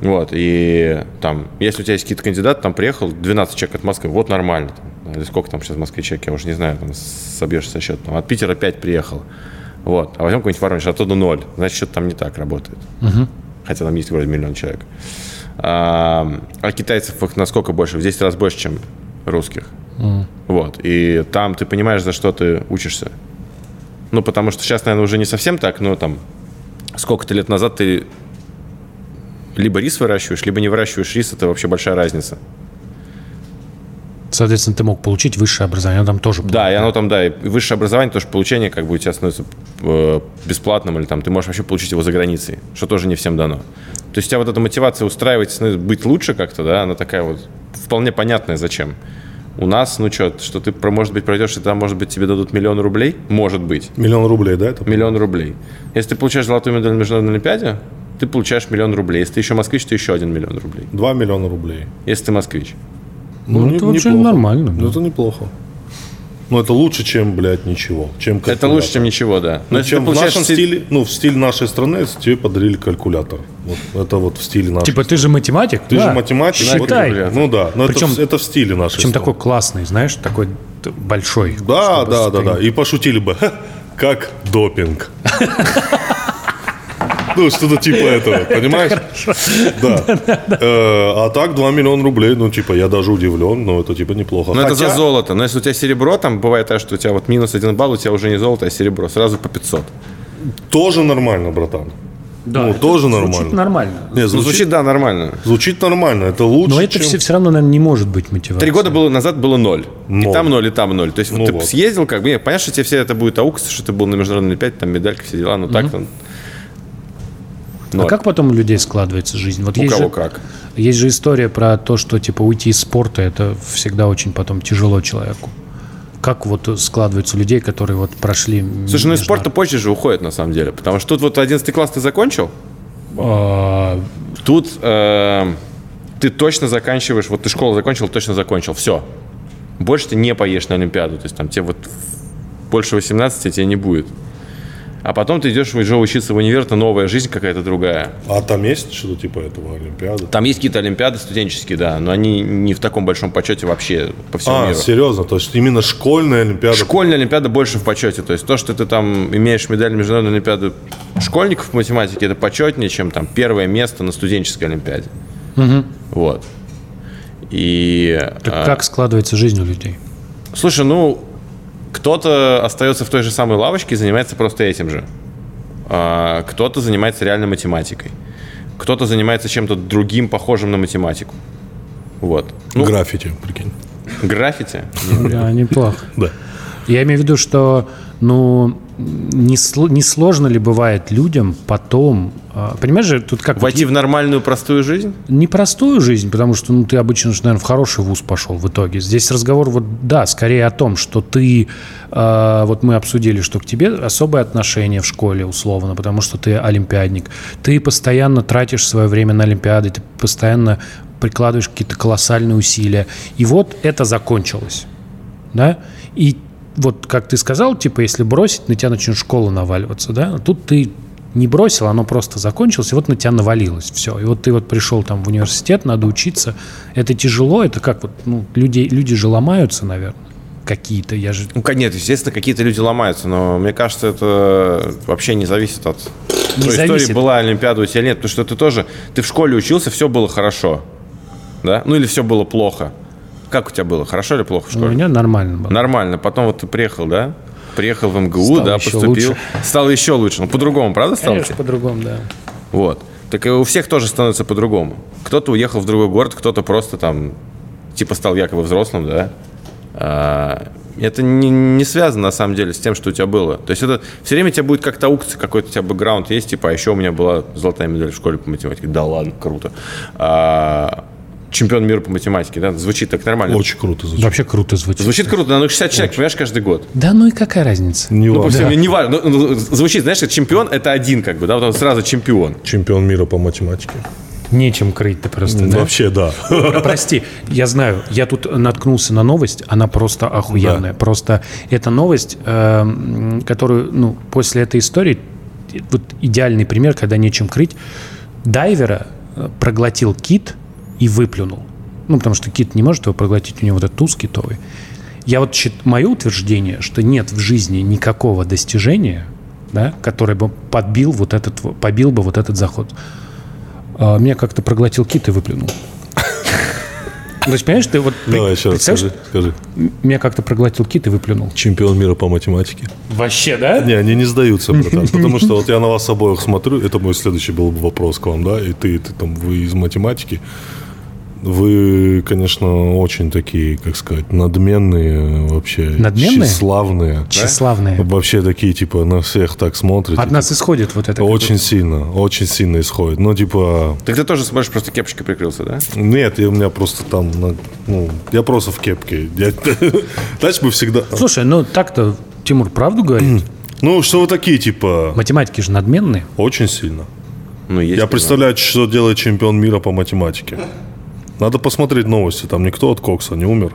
Speaker 1: Вот, и там, если у тебя есть какие-то кандидаты, там приехал 12 человек от Москвы, вот нормально. Там, или сколько там сейчас в Москве человек, я уже не знаю, там собьешь со счета. Там, от Питера 5 приехало. Вот, а возьмем какой-нибудь Воронеж, оттуда 0. Значит, что-то там не так работает. Хотя там есть вроде миллион человек. А, а китайцев их насколько больше? В 10 раз больше, чем русских. Вот, и там ты понимаешь, за что ты учишься. Ну, потому что сейчас, наверное, уже не совсем так, но там сколько-то лет назад ты либо рис выращиваешь, либо не выращиваешь рис, это вообще большая разница.
Speaker 3: Соответственно, ты мог получить высшее образование, он там тоже был.
Speaker 1: Да, и оно там, да, и высшее образование, тоже получение как бы у тебя становится э, бесплатным, или там ты можешь вообще получить его за границей, что тоже не всем дано. То есть у тебя вот эта мотивация устраивать, ну, быть лучше как-то, да, она такая вот вполне понятная зачем. У нас, ну что, что ты, про- может быть, пройдешь, и там, может быть, тебе дадут миллион рублей? Может быть.
Speaker 2: Миллион рублей, да, это?
Speaker 1: Миллион рублей. Если ты получаешь золотую медаль на международной олимпиаде, ты получаешь миллион рублей. Если ты еще москвич, то еще один миллион рублей.
Speaker 2: 2 миллиона рублей.
Speaker 1: Если ты москвич.
Speaker 3: Ну, это вообще нормально,
Speaker 2: Ну,
Speaker 3: да.
Speaker 2: это неплохо. Но это лучше, чем, блядь, ничего. Чем
Speaker 1: Это
Speaker 2: калькулятор.
Speaker 1: лучше, чем ничего, да. Но
Speaker 2: Ну,
Speaker 1: если ты
Speaker 2: чем в
Speaker 1: получаешь
Speaker 2: нашем
Speaker 1: все-
Speaker 2: стиле, ну, в стиле нашей страны, если тебе подарили калькулятор. Вот, это вот в стиле нашей
Speaker 3: Типа, ты же математик?
Speaker 2: Ты
Speaker 3: да.
Speaker 2: же математик. вот-
Speaker 3: Считай.
Speaker 2: ну да, но
Speaker 3: Причем-
Speaker 2: это, в- это в стиле нашей
Speaker 3: Причем
Speaker 2: страны.
Speaker 3: такой классный, знаешь, такой т- большой.
Speaker 2: Да,
Speaker 3: чтобы
Speaker 2: да, да,
Speaker 3: ты-
Speaker 2: да. И пошутили бы, «Ха, как допинг. Ну, что-то типа этого, понимаешь? Да. Э, А так 2 миллиона рублей, ну, типа, я даже удивлен, но это, типа, неплохо.
Speaker 1: Но это за
Speaker 2: Хотя-
Speaker 1: золото. Но если у тебя серебро, там бывает так, что у тебя вот минус один балл, у тебя уже не золото, а серебро. Сразу по 500.
Speaker 2: Тоже нормально, братан.
Speaker 3: Да,
Speaker 2: Ну,
Speaker 3: это
Speaker 2: тоже
Speaker 3: Звучит
Speaker 2: нормально.
Speaker 3: нормально.
Speaker 2: Не,
Speaker 1: Ну, звучит,
Speaker 2: звучит,
Speaker 1: да, нормально.
Speaker 2: звучит нормально, это лучше,
Speaker 3: Но это
Speaker 2: чем-
Speaker 3: все, все равно, наверное, не может быть мотивацией.
Speaker 1: Три года было назад было ноль. И
Speaker 2: Ноль.
Speaker 1: там ноль, и там ноль. То есть вот
Speaker 2: Ну
Speaker 1: ты
Speaker 2: вот.
Speaker 1: съездил, как бы, не, понятно, что тебе все это будет аукс, что ты был на международной олимпиаде, там медалька, все дела, но
Speaker 2: Ну,
Speaker 1: так там...
Speaker 3: А как потом у людей складывается жизнь? Вот
Speaker 1: У
Speaker 3: есть
Speaker 1: кого
Speaker 3: же,
Speaker 1: как.
Speaker 3: Есть же история про то, что типа уйти из спорта это всегда очень потом тяжело человеку. Как вот складываются у людей, которые вот прошли. м,
Speaker 1: Слушай, ну из
Speaker 3: между-
Speaker 1: спорта позже же уходит, на самом деле. Потому что тут вот 11 класс ты закончил,
Speaker 3: А,
Speaker 1: тут э, ты точно заканчиваешь, вот ты школу закончил, точно закончил, все. Больше ты не поедешь на Олимпиаду, то есть там тебе вот больше 18 тебе не будет. А потом ты идешь уже учиться в универ, это новая жизнь какая-то другая.
Speaker 2: А там есть что-то типа этого, Олимпиады?
Speaker 1: Там есть какие-то олимпиады студенческие, да, но они не в таком большом почете вообще по всему
Speaker 2: А,
Speaker 1: миру.
Speaker 2: серьезно, то есть именно школьная Олимпиада.
Speaker 1: Школьная олимпиада больше в почете. То есть то, что ты там имеешь медаль международной олимпиады школьников в математике, это почетнее, чем там первое место на студенческой олимпиаде. Вот. И
Speaker 3: так
Speaker 1: а,
Speaker 3: как складывается жизнь у людей?
Speaker 1: слушай, ну кто-то остается в той же самой лавочке и занимается просто этим же. А, кто-то занимается реально математикой. Кто-то занимается чем-то другим, похожим на математику. Вот. Ну,
Speaker 2: Граффити, прикинь.
Speaker 1: граффити.
Speaker 3: Да, неплохо.
Speaker 2: Да.
Speaker 3: Я имею в виду, что ну не, сло- не сложно ли бывает людям потом, а, понимаешь же, тут как вот
Speaker 1: Войти в нормальную простую жизнь?
Speaker 3: непростую жизнь, потому что ну, ты обычно, наверное, в хороший вуз пошел в итоге. Здесь разговор вот, да, скорее о том, что ты, э, вот мы обсудили, что к тебе особое отношение в школе условно, потому что ты олимпиадник. Ты постоянно тратишь свое время на олимпиады, ты постоянно прикладываешь какие-то колоссальные усилия. И вот это закончилось. Да? И вот, как ты сказал, типа, если бросить, на тебя начнет школа наваливаться, да? А Тут ты не бросил, оно просто закончилось, и вот на тебя навалилось все. И вот ты вот пришел там в университет, надо учиться. Это тяжело, это как вот, ну, люди, люди же ломаются, наверное, какие-то. Я же...
Speaker 1: Ну, конечно, естественно, какие-то люди ломаются, но мне кажется, это вообще не зависит от
Speaker 3: Не
Speaker 1: той
Speaker 3: зависит.
Speaker 1: истории, была Олимпиада у тебя или нет, потому что ты тоже, ты в школе учился, все было хорошо, да? Ну, или все было плохо. Как у тебя было, хорошо или плохо в
Speaker 3: ну, У
Speaker 1: школе?
Speaker 3: меня нормально было.
Speaker 1: Нормально, потом вот ты приехал, да? Приехал в МГУ,
Speaker 3: Стало
Speaker 1: да,
Speaker 3: еще
Speaker 1: поступил.
Speaker 3: лучше.
Speaker 1: Стало еще лучше. Ну, по-другому, правда, стало?
Speaker 3: Конечно, по-другому, да.
Speaker 1: Вот. Так и у всех тоже становится по-другому. Кто-то уехал в другой город, кто-то просто там, типа, стал якобы взрослым, да. А, это не, не связано, на самом деле, с тем, что у тебя было. То есть это все время у тебя будет как-то аукция, какой-то у тебя бэкграунд есть, типа, а еще у меня была золотая медаль в школе по математике. Да ладно, круто. А, чемпион мира по математике, да, звучит так нормально.
Speaker 2: Очень круто звучит.
Speaker 3: Вообще круто звучит.
Speaker 1: Звучит круто, но 60 человек, понимаешь, каждый год.
Speaker 3: Да ну и какая разница?
Speaker 2: Не
Speaker 1: Ну, по
Speaker 2: важно.
Speaker 1: всему, не важно. Ну, ну, Звучит, знаешь, чемпион это один, как бы, да, вот он сразу чемпион.
Speaker 2: Чемпион мира по математике.
Speaker 3: Нечем крыть-то просто, да?
Speaker 2: Вообще, да.
Speaker 3: Про- Прости, я знаю, я тут наткнулся на новость, она просто охуенная. Просто эта новость, эм, которую, ну, после этой истории, и- вот идеальный пример, когда нечем крыть. Дайвера э, проглотил кит и выплюнул. Ну, потому что кит не может его проглотить, у него вот этот туз китовый. Я вот счит- мое утверждение, что нет в жизни никакого достижения, да, который бы подбил вот этот, во- побил бы вот этот заход. А, меня как-то проглотил кит и выплюнул. Ну, То есть, понимаешь, ты вот... при-
Speaker 2: Давай еще раз
Speaker 3: представляешь,
Speaker 2: скажи, скажи.
Speaker 3: Меня как-то проглотил кит и выплюнул.
Speaker 2: Чемпион мира по математике.
Speaker 3: Вообще, да?
Speaker 2: Не, они не сдаются, братан. Потому что вот я на вас обоих смотрю, это мой следующий был бы вопрос к вам, да, и ты, и ты там, вы из математики. Вы, конечно, очень такие, как сказать, надменные вообще.
Speaker 3: Надменные?
Speaker 2: Тщеславные.
Speaker 3: Тщеславные.
Speaker 2: Вообще такие, типа, на всех так смотрите.
Speaker 3: От нас исходит вот это.
Speaker 2: Очень сильно, очень сильно исходит. Ну, типа,
Speaker 1: Так ты тоже смотришь, просто кепочкой прикрылся, да?
Speaker 2: нет, я у меня просто там, на- ну, я просто в кепке. Я- Дальше бы всегда...
Speaker 3: Слушай, ну так-то Тимур правду говорит.
Speaker 2: Ну, что вы такие, типа,
Speaker 3: Математики же надменные.
Speaker 2: очень сильно.
Speaker 1: Ну, есть.
Speaker 2: Я
Speaker 1: понимаю.
Speaker 2: представляю, что делает чемпион мира по математике. Надо посмотреть новости. Там никто от Кокса не умер.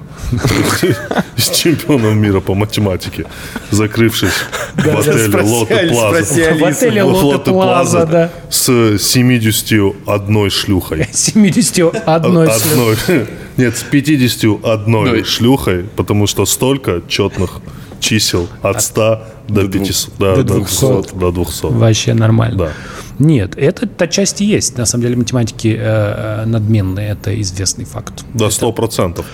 Speaker 2: С чемпионом мира по математике, закрывшись в отеле
Speaker 1: спроси
Speaker 2: Лотте
Speaker 1: Алису, спроси
Speaker 2: Плаза.
Speaker 1: Алису. В
Speaker 3: отеле
Speaker 2: В
Speaker 3: Лотте Плаза, да.
Speaker 2: С 71 шлюхой.
Speaker 3: 71 слив.
Speaker 2: Одной. Нет, с 51 шлюхой, потому что столько четных чисел от 100 до 500. да,
Speaker 3: до
Speaker 2: До
Speaker 3: 200.
Speaker 2: 200. До 200.
Speaker 3: Вообще нормально.
Speaker 2: Да.
Speaker 3: Нет, это та часть и есть. На самом деле математики э, э, надменные, это известный факт.
Speaker 2: Да, сто процентов.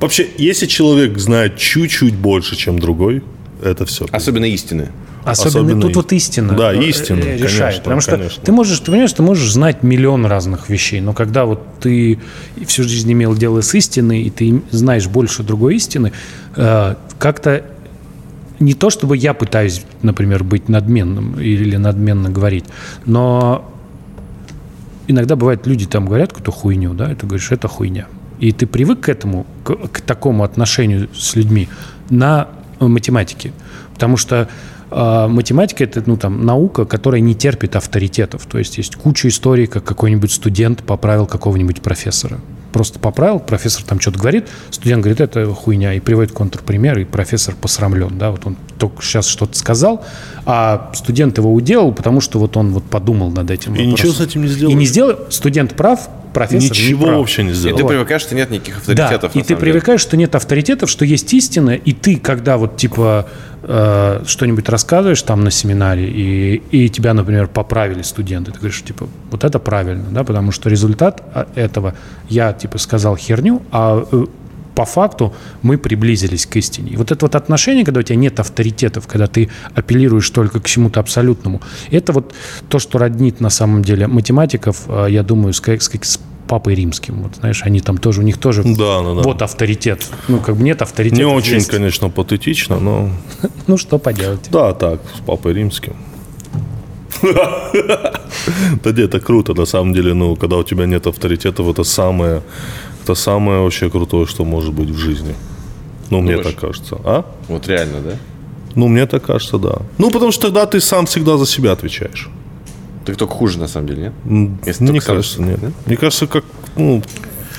Speaker 2: Вообще, если человек знает чуть-чуть больше, чем другой, это все.
Speaker 1: Особенно истины.
Speaker 3: Особенно,
Speaker 2: Особенно
Speaker 3: тут
Speaker 2: и-
Speaker 3: вот истина.
Speaker 2: Да,
Speaker 3: э, э,
Speaker 2: истина,
Speaker 3: Решает.
Speaker 2: конечно,
Speaker 3: потому что
Speaker 2: конечно.
Speaker 3: ты можешь, ты понимаешь, ты можешь знать миллион разных вещей, но когда вот ты всю жизнь имел дело с истиной, и ты знаешь больше другой истины, э, как-то не то чтобы я пытаюсь, например, быть надменным или надменно говорить, но иногда бывает, люди там говорят какую-то хуйню, да, и ты говоришь, это хуйня. И ты привык к этому, к, к такому отношению с людьми на э, математике. Потому что э, математика это ну, там, наука, которая не терпит авторитетов. То есть есть куча историй, как какой-нибудь студент поправил какого-нибудь профессора. Просто поправил, профессор там что-то говорит, студент говорит, это хуйня, и приводит контрпример, и профессор посрамлен, да, вот он только сейчас что-то сказал, а студент его уделал, потому что вот он вот подумал над этим
Speaker 2: И ничего с этим не
Speaker 3: и
Speaker 2: сделаешь.
Speaker 3: не сделал. Студент прав, профессор
Speaker 2: Ничего
Speaker 3: не прав.
Speaker 2: вообще не
Speaker 1: И
Speaker 2: сделал.
Speaker 1: ты привыкаешь, что нет никаких
Speaker 3: Да,
Speaker 1: авторитетов.
Speaker 3: и
Speaker 1: на
Speaker 3: ты
Speaker 1: самом деле.
Speaker 3: привыкаешь, что нет авторитетов, что есть истина, и ты, когда вот типа э, что-нибудь рассказываешь там на семинаре, и, и тебя, например, поправили студенты, ты говоришь, типа, вот это правильно, да, потому что результат а, этого, я, типа, сказал херню, а э, по факту мы приблизились к истине. И вот это вот отношение, когда у тебя нет авторитетов, когда ты апеллируешь только к чему-то абсолютному, это вот то, что роднит на самом деле математиков, э, я думаю, с, ка- с как- с папой римским. Вот, знаешь, они там тоже, у них тоже
Speaker 2: Да, да, да.
Speaker 3: вот авторитет. Ну, как бы нет авторитета.
Speaker 2: не очень,
Speaker 3: есть.
Speaker 2: конечно, патетично, но
Speaker 3: Ну, что поделать.
Speaker 2: да, так, с папой римским. Да нет, это круто, на самом деле, ну, когда у тебя нет авторитетов, это самое, это самое вообще крутое, что может быть в жизни. Ну, мне
Speaker 1: Думаешь?
Speaker 2: так кажется. А?
Speaker 1: Вот реально, да?
Speaker 2: Ну, мне так кажется, да. Ну, потому что тогда ты сам всегда за себя отвечаешь.
Speaker 1: Так только хуже, на самом деле,
Speaker 2: М,
Speaker 1: нет? Если
Speaker 2: Мне
Speaker 1: только сам-
Speaker 2: кажется, нет. Мне кажется, как, ну,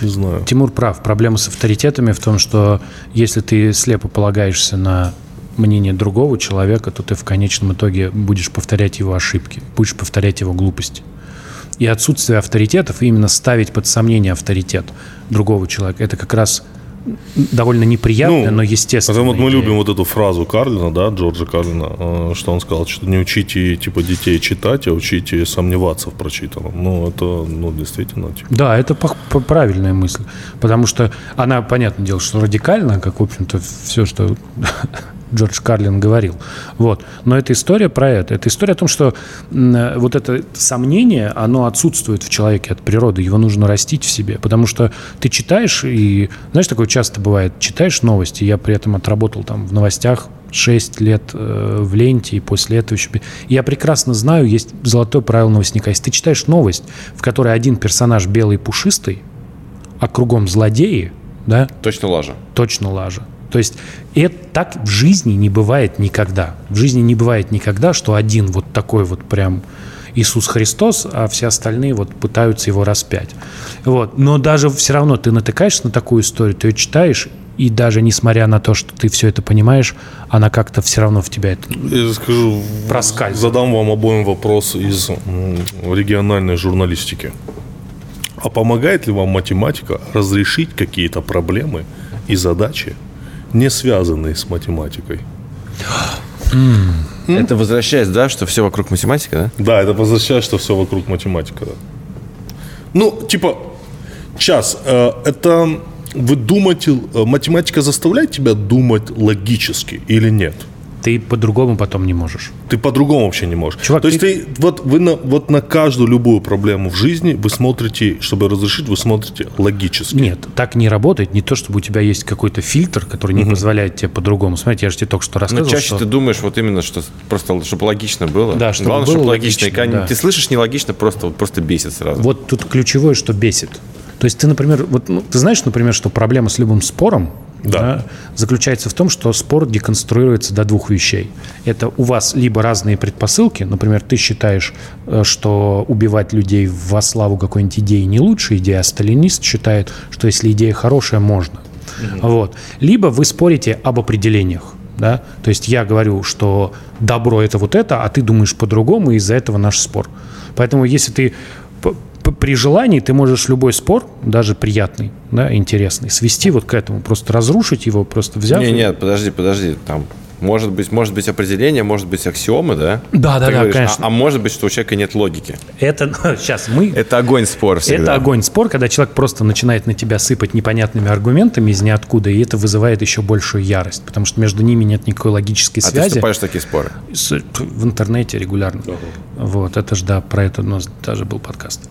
Speaker 2: не знаю.
Speaker 3: Тимур прав. Проблема с авторитетами в том, что если ты слепо полагаешься на мнение другого человека, то ты в конечном итоге будешь повторять его ошибки, будешь повторять его глупости. И отсутствие авторитетов, и именно ставить под сомнение авторитет другого человека, это как раз довольно неприятно, но естественно.
Speaker 2: Это А вот Ну, мы любим вот эту фразу Карлина, да, Джорджа Карлина, э, что он сказал, что не учите, типа, детей читать, а учите сомневаться в прочитанном. Ну, это, ну, действительно, типа.
Speaker 3: Да, это пах- п- правильная мысль. Потому что она, понятное дело, что радикальна, как, в общем-то, все, что Джордж Карлин говорил. Вот. Но это история про это. Это история о том, что м, э, вот это сомнение, оно отсутствует в человеке от природы. Его нужно растить в себе. Потому что ты читаешь, и, знаешь, такое часто бывает, читаешь новости, я при этом отработал там в новостях 6 лет э, в ленте, и после этого еще... пи- Я прекрасно знаю, есть золотое правило новостника. Если ты читаешь новость, в которой один персонаж белый и пушистый, а кругом злодеи, да,
Speaker 1: Точно лажа.
Speaker 3: точно лажа. То есть это так в жизни не бывает никогда. В жизни не бывает никогда, что один вот такой вот прям... Иисус Христос, а все остальные вот пытаются его распять. Вот. Но даже все равно ты натыкаешься на такую историю, ты ее читаешь, и даже несмотря на то, что ты все это понимаешь, она как-то все равно в тебя это...
Speaker 2: Я скажу,
Speaker 3: Проскальзывает.
Speaker 2: задам вам обоим вопрос из м, региональной журналистики. А помогает ли вам математика разрешить какие-то проблемы и задачи, не связанные с математикой?
Speaker 1: Это возвращаясь, да, что все вокруг математика,
Speaker 2: Да, это возвращает, что все вокруг математика. да. Ну, типа, час. э, это вы думаете, э, математика заставляет тебя думать логически или нет?
Speaker 3: Ты по-другому потом не можешь.
Speaker 2: Ты по-другому вообще не можешь.
Speaker 3: Чувак,
Speaker 2: То есть ты, вот вы на вот на каждую любую проблему в жизни вы смотрите, чтобы разрешить, вы смотрите логически.
Speaker 3: Нет, так не работает. Не то, чтобы у тебя есть какой-то фильтр, который не позволяет тебе по-другому. Смотрите, я же тебе только что
Speaker 1: да? Но
Speaker 3: рассказывал,
Speaker 1: Ну, чаще
Speaker 3: что-
Speaker 1: ты думаешь вот именно, что просто, чтобы логично было.
Speaker 3: Да, чтобы
Speaker 1: Главное,
Speaker 3: было
Speaker 1: чтобы логично. И
Speaker 3: логично,
Speaker 1: когда
Speaker 3: да.
Speaker 1: Ты слышишь нелогично, просто, вот просто бесит сразу.
Speaker 3: Вот тут ключевое, что бесит. То есть ты, например, вот ну, ты знаешь, например, что проблема с любым спором
Speaker 2: Да.
Speaker 3: заключается в том, что спор деконструируется до двух вещей. Это у вас либо разные предпосылки, например, ты считаешь, э, что убивать людей во славу какой-нибудь идеи не лучшая идея, а сталинист считает, что если идея хорошая, можно. Вот. Либо вы спорите об определениях. Да? То есть я говорю, что добро это вот это, а ты думаешь по-другому, и из-за этого наш спор. Поэтому если ты п- п- при желании ты можешь любой спор, даже приятный, да, интересный, свести вот к этому, просто разрушить его, просто взяв.
Speaker 1: Не,
Speaker 3: и-
Speaker 1: нет, подожди, подожди, там может быть, может быть определение, может быть аксиомы, да?
Speaker 3: Да, да,
Speaker 1: Ты
Speaker 3: да,
Speaker 1: говоришь,
Speaker 3: конечно.
Speaker 1: А, а может быть, что у человека нет логики.
Speaker 3: Это сейчас мы.
Speaker 1: Это огонь спор всегда.
Speaker 3: Это огонь спор, когда человек просто начинает на тебя сыпать непонятными аргументами из ниоткуда, и это вызывает еще большую ярость, потому что между ними нет никакой логической
Speaker 1: А ты
Speaker 3: связи.
Speaker 1: вступаешь в такие споры?
Speaker 3: С- в интернете регулярно. Вот, это же, да, про это у нас даже был подкаст.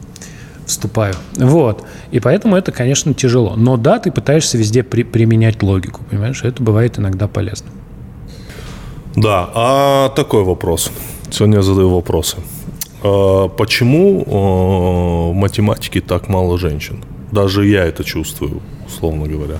Speaker 3: Вступаю. Вот. И поэтому это, конечно, тяжело. Но да, ты пытаешься везде при- применять логику, понимаешь? Это бывает иногда полезно.
Speaker 2: Да, а такой вопрос. Сегодня я задаю вопросы. Э, Почему э, в математике так мало женщин? Даже я это чувствую, условно говоря.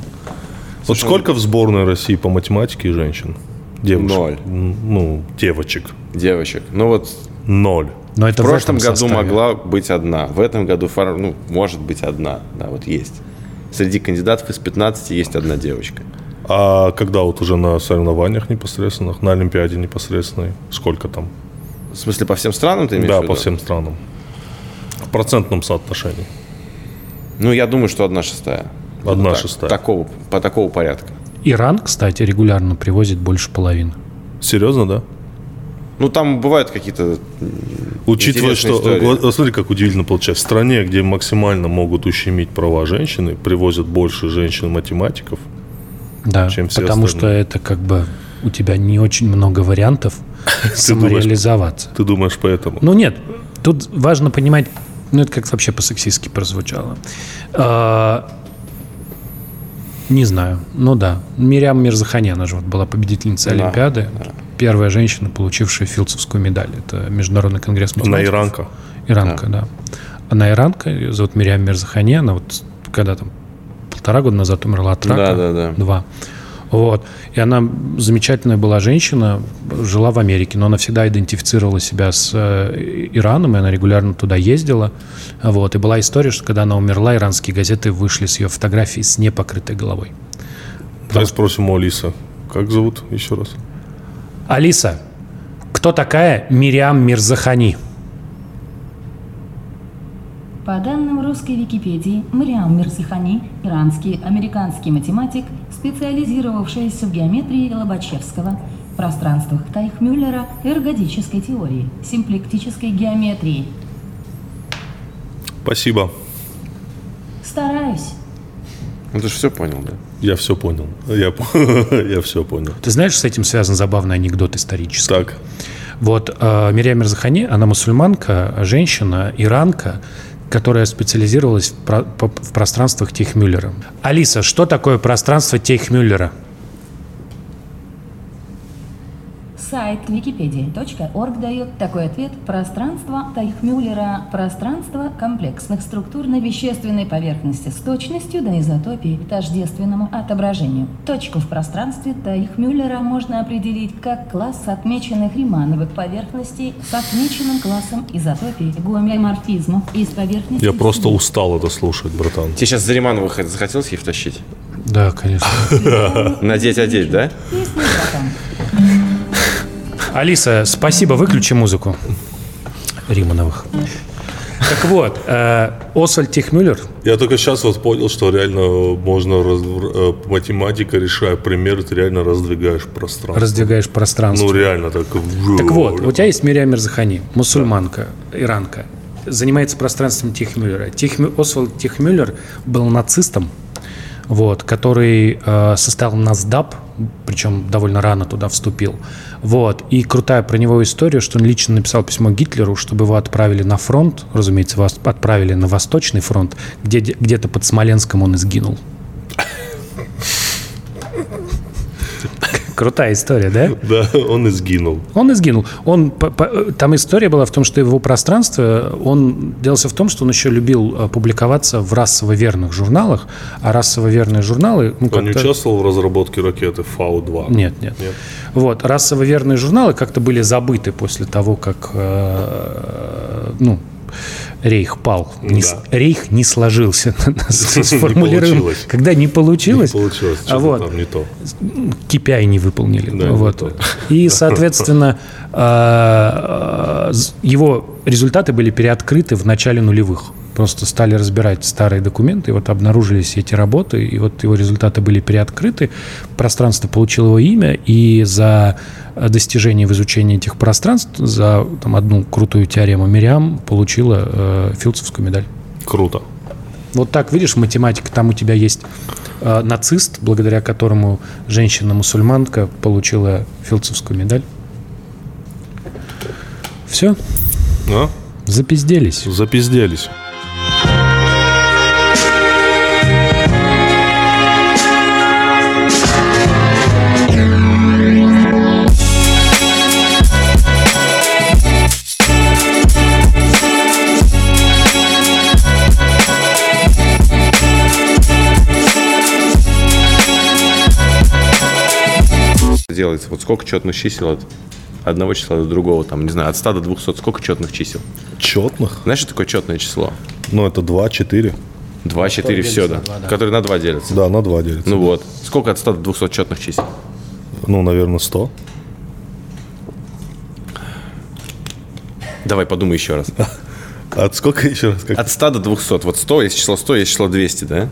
Speaker 2: Вот сколько
Speaker 1: ну
Speaker 2: в сборной России по математике женщин? Девушек.
Speaker 1: Ноль.
Speaker 2: М, Ну, девочек.
Speaker 1: Девочек. Ну вот
Speaker 2: Ноль.
Speaker 3: Но это
Speaker 1: в прошлом
Speaker 3: этом
Speaker 1: году
Speaker 3: составе.
Speaker 1: могла быть одна. В этом году фар- ну, может быть одна. Да, вот есть. Среди кандидатов из 15 есть одна девочка.
Speaker 2: А когда вот уже на соревнованиях непосредственных, на Олимпиаде непосредственной, сколько там?
Speaker 1: В смысле, по всем странам ты имеешь
Speaker 2: да,
Speaker 1: в виду?
Speaker 2: по всем странам. В процентном соотношении.
Speaker 1: Ну, я думаю, что одна шестая.
Speaker 2: Одна
Speaker 1: Так,
Speaker 2: шестая.
Speaker 1: Такого, по такого порядка.
Speaker 3: Иран, кстати, регулярно привозит больше половины.
Speaker 2: Серьезно, да?
Speaker 1: Ну, там бывают какие-то...
Speaker 2: Учитывая,
Speaker 1: Интересная
Speaker 2: что... э,
Speaker 1: история.
Speaker 2: вот Смотри, как удивительно получается. В стране, где максимально могут ущемить права женщины, привозят больше женщин-математиков.
Speaker 3: Да,
Speaker 2: Чем все
Speaker 3: потому что
Speaker 2: остальные.
Speaker 3: это как бы у тебя не очень много вариантов самореализоваться.
Speaker 2: Ты думаешь поэтому?
Speaker 3: Ну нет, тут важно понимать, ну это как вообще по-сексистски прозвучало. А, не знаю, ну да. Мирям Мирзаханяна же вот была победительница
Speaker 1: Да,
Speaker 3: Олимпиады. Первая женщина, получившая Филдсовскую медаль. Это Международный конгресс
Speaker 2: На
Speaker 3: математиков.
Speaker 2: Иранка.
Speaker 3: Иранка, да. Она иранка, ее зовут Мирям Мирзахане, она вот когда там полтора года назад умерла от рака.
Speaker 1: Да, да, да.
Speaker 2: Ну.
Speaker 3: Два. Вот. И она замечательная была женщина, жила в Америке, но она всегда идентифицировала себя с э, Ираном, и она регулярно туда ездила. Вот. И была история, что когда она умерла, иранские газеты вышли с ее фотографией с непокрытой головой.
Speaker 2: Давай спросим у Алисы. Как зовут еще раз?
Speaker 3: Алиса, кто такая Мириам Мирзахани?
Speaker 5: По данным русской Википедии, Мариам Мирсихани – иранский американский математик, специализировавшийся в геометрии Лобачевского, пространствах Тайхмюллера, эргодической теории, симплектической геометрии.
Speaker 2: Спасибо.
Speaker 5: Стараюсь.
Speaker 1: Ну, ты же все понял, да?
Speaker 2: Я все понял. Я, по- я все понял.
Speaker 3: Ты знаешь, с этим связан забавный анекдот исторический.
Speaker 2: Так.
Speaker 3: Вот э, Мириам Мирзахани, она мусульманка, женщина, иранка, которая специализировалась в, про- по- в пространствах Техмюллера. Алиса, что такое пространство Техмюллера?
Speaker 5: С Сайт wikipedia.org дает такой ответ «Пространство Тайхмюллера. Пространство комплексных структур на вещественной поверхности с точностью до изотопии к тождественному отображению». Точку в пространстве Тайхмюллера можно определить как класс отмеченных римановых поверхностей с отмеченным классом изотопии гомеоморфизмов из поверхности...
Speaker 2: Я просто устал это слушать, братан.
Speaker 1: Тебе сейчас Зариманова хоть захотелось их втащить?
Speaker 3: Да, конечно.
Speaker 1: Надеть, одеть, да?
Speaker 5: Песня «Дракон».
Speaker 3: Алиса, спасибо, выключи музыку. Римановых. Так вот, э, Освальд Тихмюллер,
Speaker 2: Я только сейчас вот понял, что реально можно раз- э, математика, решая пример, ты реально раздвигаешь пространство.
Speaker 3: раздвигаешь пространство.
Speaker 2: Ну реально так.
Speaker 3: Так вот, у тебя есть Мириам Мерзахани, мусульманка, иранка, занимается пространством Тихмюллера. Тихмю... Освальд Тихмюллер был нацистом, вот, который э, составил НАСДАП, причем довольно рано туда вступил. Вот. И крутая про него история, что он лично написал письмо Гитлеру, чтобы его отправили на фронт, разумеется, вас отправили на Восточный фронт, где, где-то под Смоленском он и сгинул. Крутая история, да?
Speaker 2: Да, он и сгинул.
Speaker 3: Он и сгинул. Он, по- по- там история была в том, что его пространство, он делался в том, что он еще любил э, публиковаться в расово верных журналах, а расово верные журналы... ну,
Speaker 2: Он не
Speaker 3: как-то-
Speaker 2: участвовал в разработке ракеты Фау-2?
Speaker 3: Нет, нет.
Speaker 2: Нет.
Speaker 3: Вот, расово верные журналы как-то были забыты после того, как, э, ну, Рейх пал. Не с- Рейх не сложился. Сформулируем.
Speaker 2: получилось.
Speaker 3: Когда не получилось.
Speaker 2: Получилось,
Speaker 3: А
Speaker 2: что-то
Speaker 3: вот,
Speaker 2: там не то.
Speaker 3: KPI не выполнили.
Speaker 2: Да,
Speaker 3: вот.
Speaker 2: не то.
Speaker 3: И, соответственно, э, э, з- его результаты были переоткрыты в начале нулевых. Просто стали разбирать старые документы, и вот обнаружились эти работы, и вот его результаты были переоткрыты, пространство получило его имя, и за э, достижение в изучении этих пространств, за там, одну крутую теорему Мириам получила э, Филдсовскую медаль.
Speaker 2: Круто.
Speaker 3: Вот так, видишь, математика, там у тебя есть э, нацист, благодаря которому женщина-мусульманка получила филдсовскую медаль. Все,
Speaker 2: А?
Speaker 3: запизделись.
Speaker 2: Запизделись.
Speaker 1: делается? Вот сколько четных чисел от одного числа до другого, там, не знаю, от 100 до 200, сколько четных чисел?
Speaker 2: Четных?
Speaker 1: Знаешь, что такое четное число?
Speaker 2: Ну, это 2-4.
Speaker 1: 2, 4, все, да, Которые на 2 делятся.
Speaker 2: Да, на 2 делится.
Speaker 1: Ну вот. Сколько от 100 до 200 четных чисел?
Speaker 2: Ну, наверное, 100.
Speaker 1: Давай, подумай еще раз.
Speaker 2: От А сколько еще раз?
Speaker 3: А
Speaker 2: Как...
Speaker 1: От 100 до 200. Вот 100, есть число 100, есть число 200, да?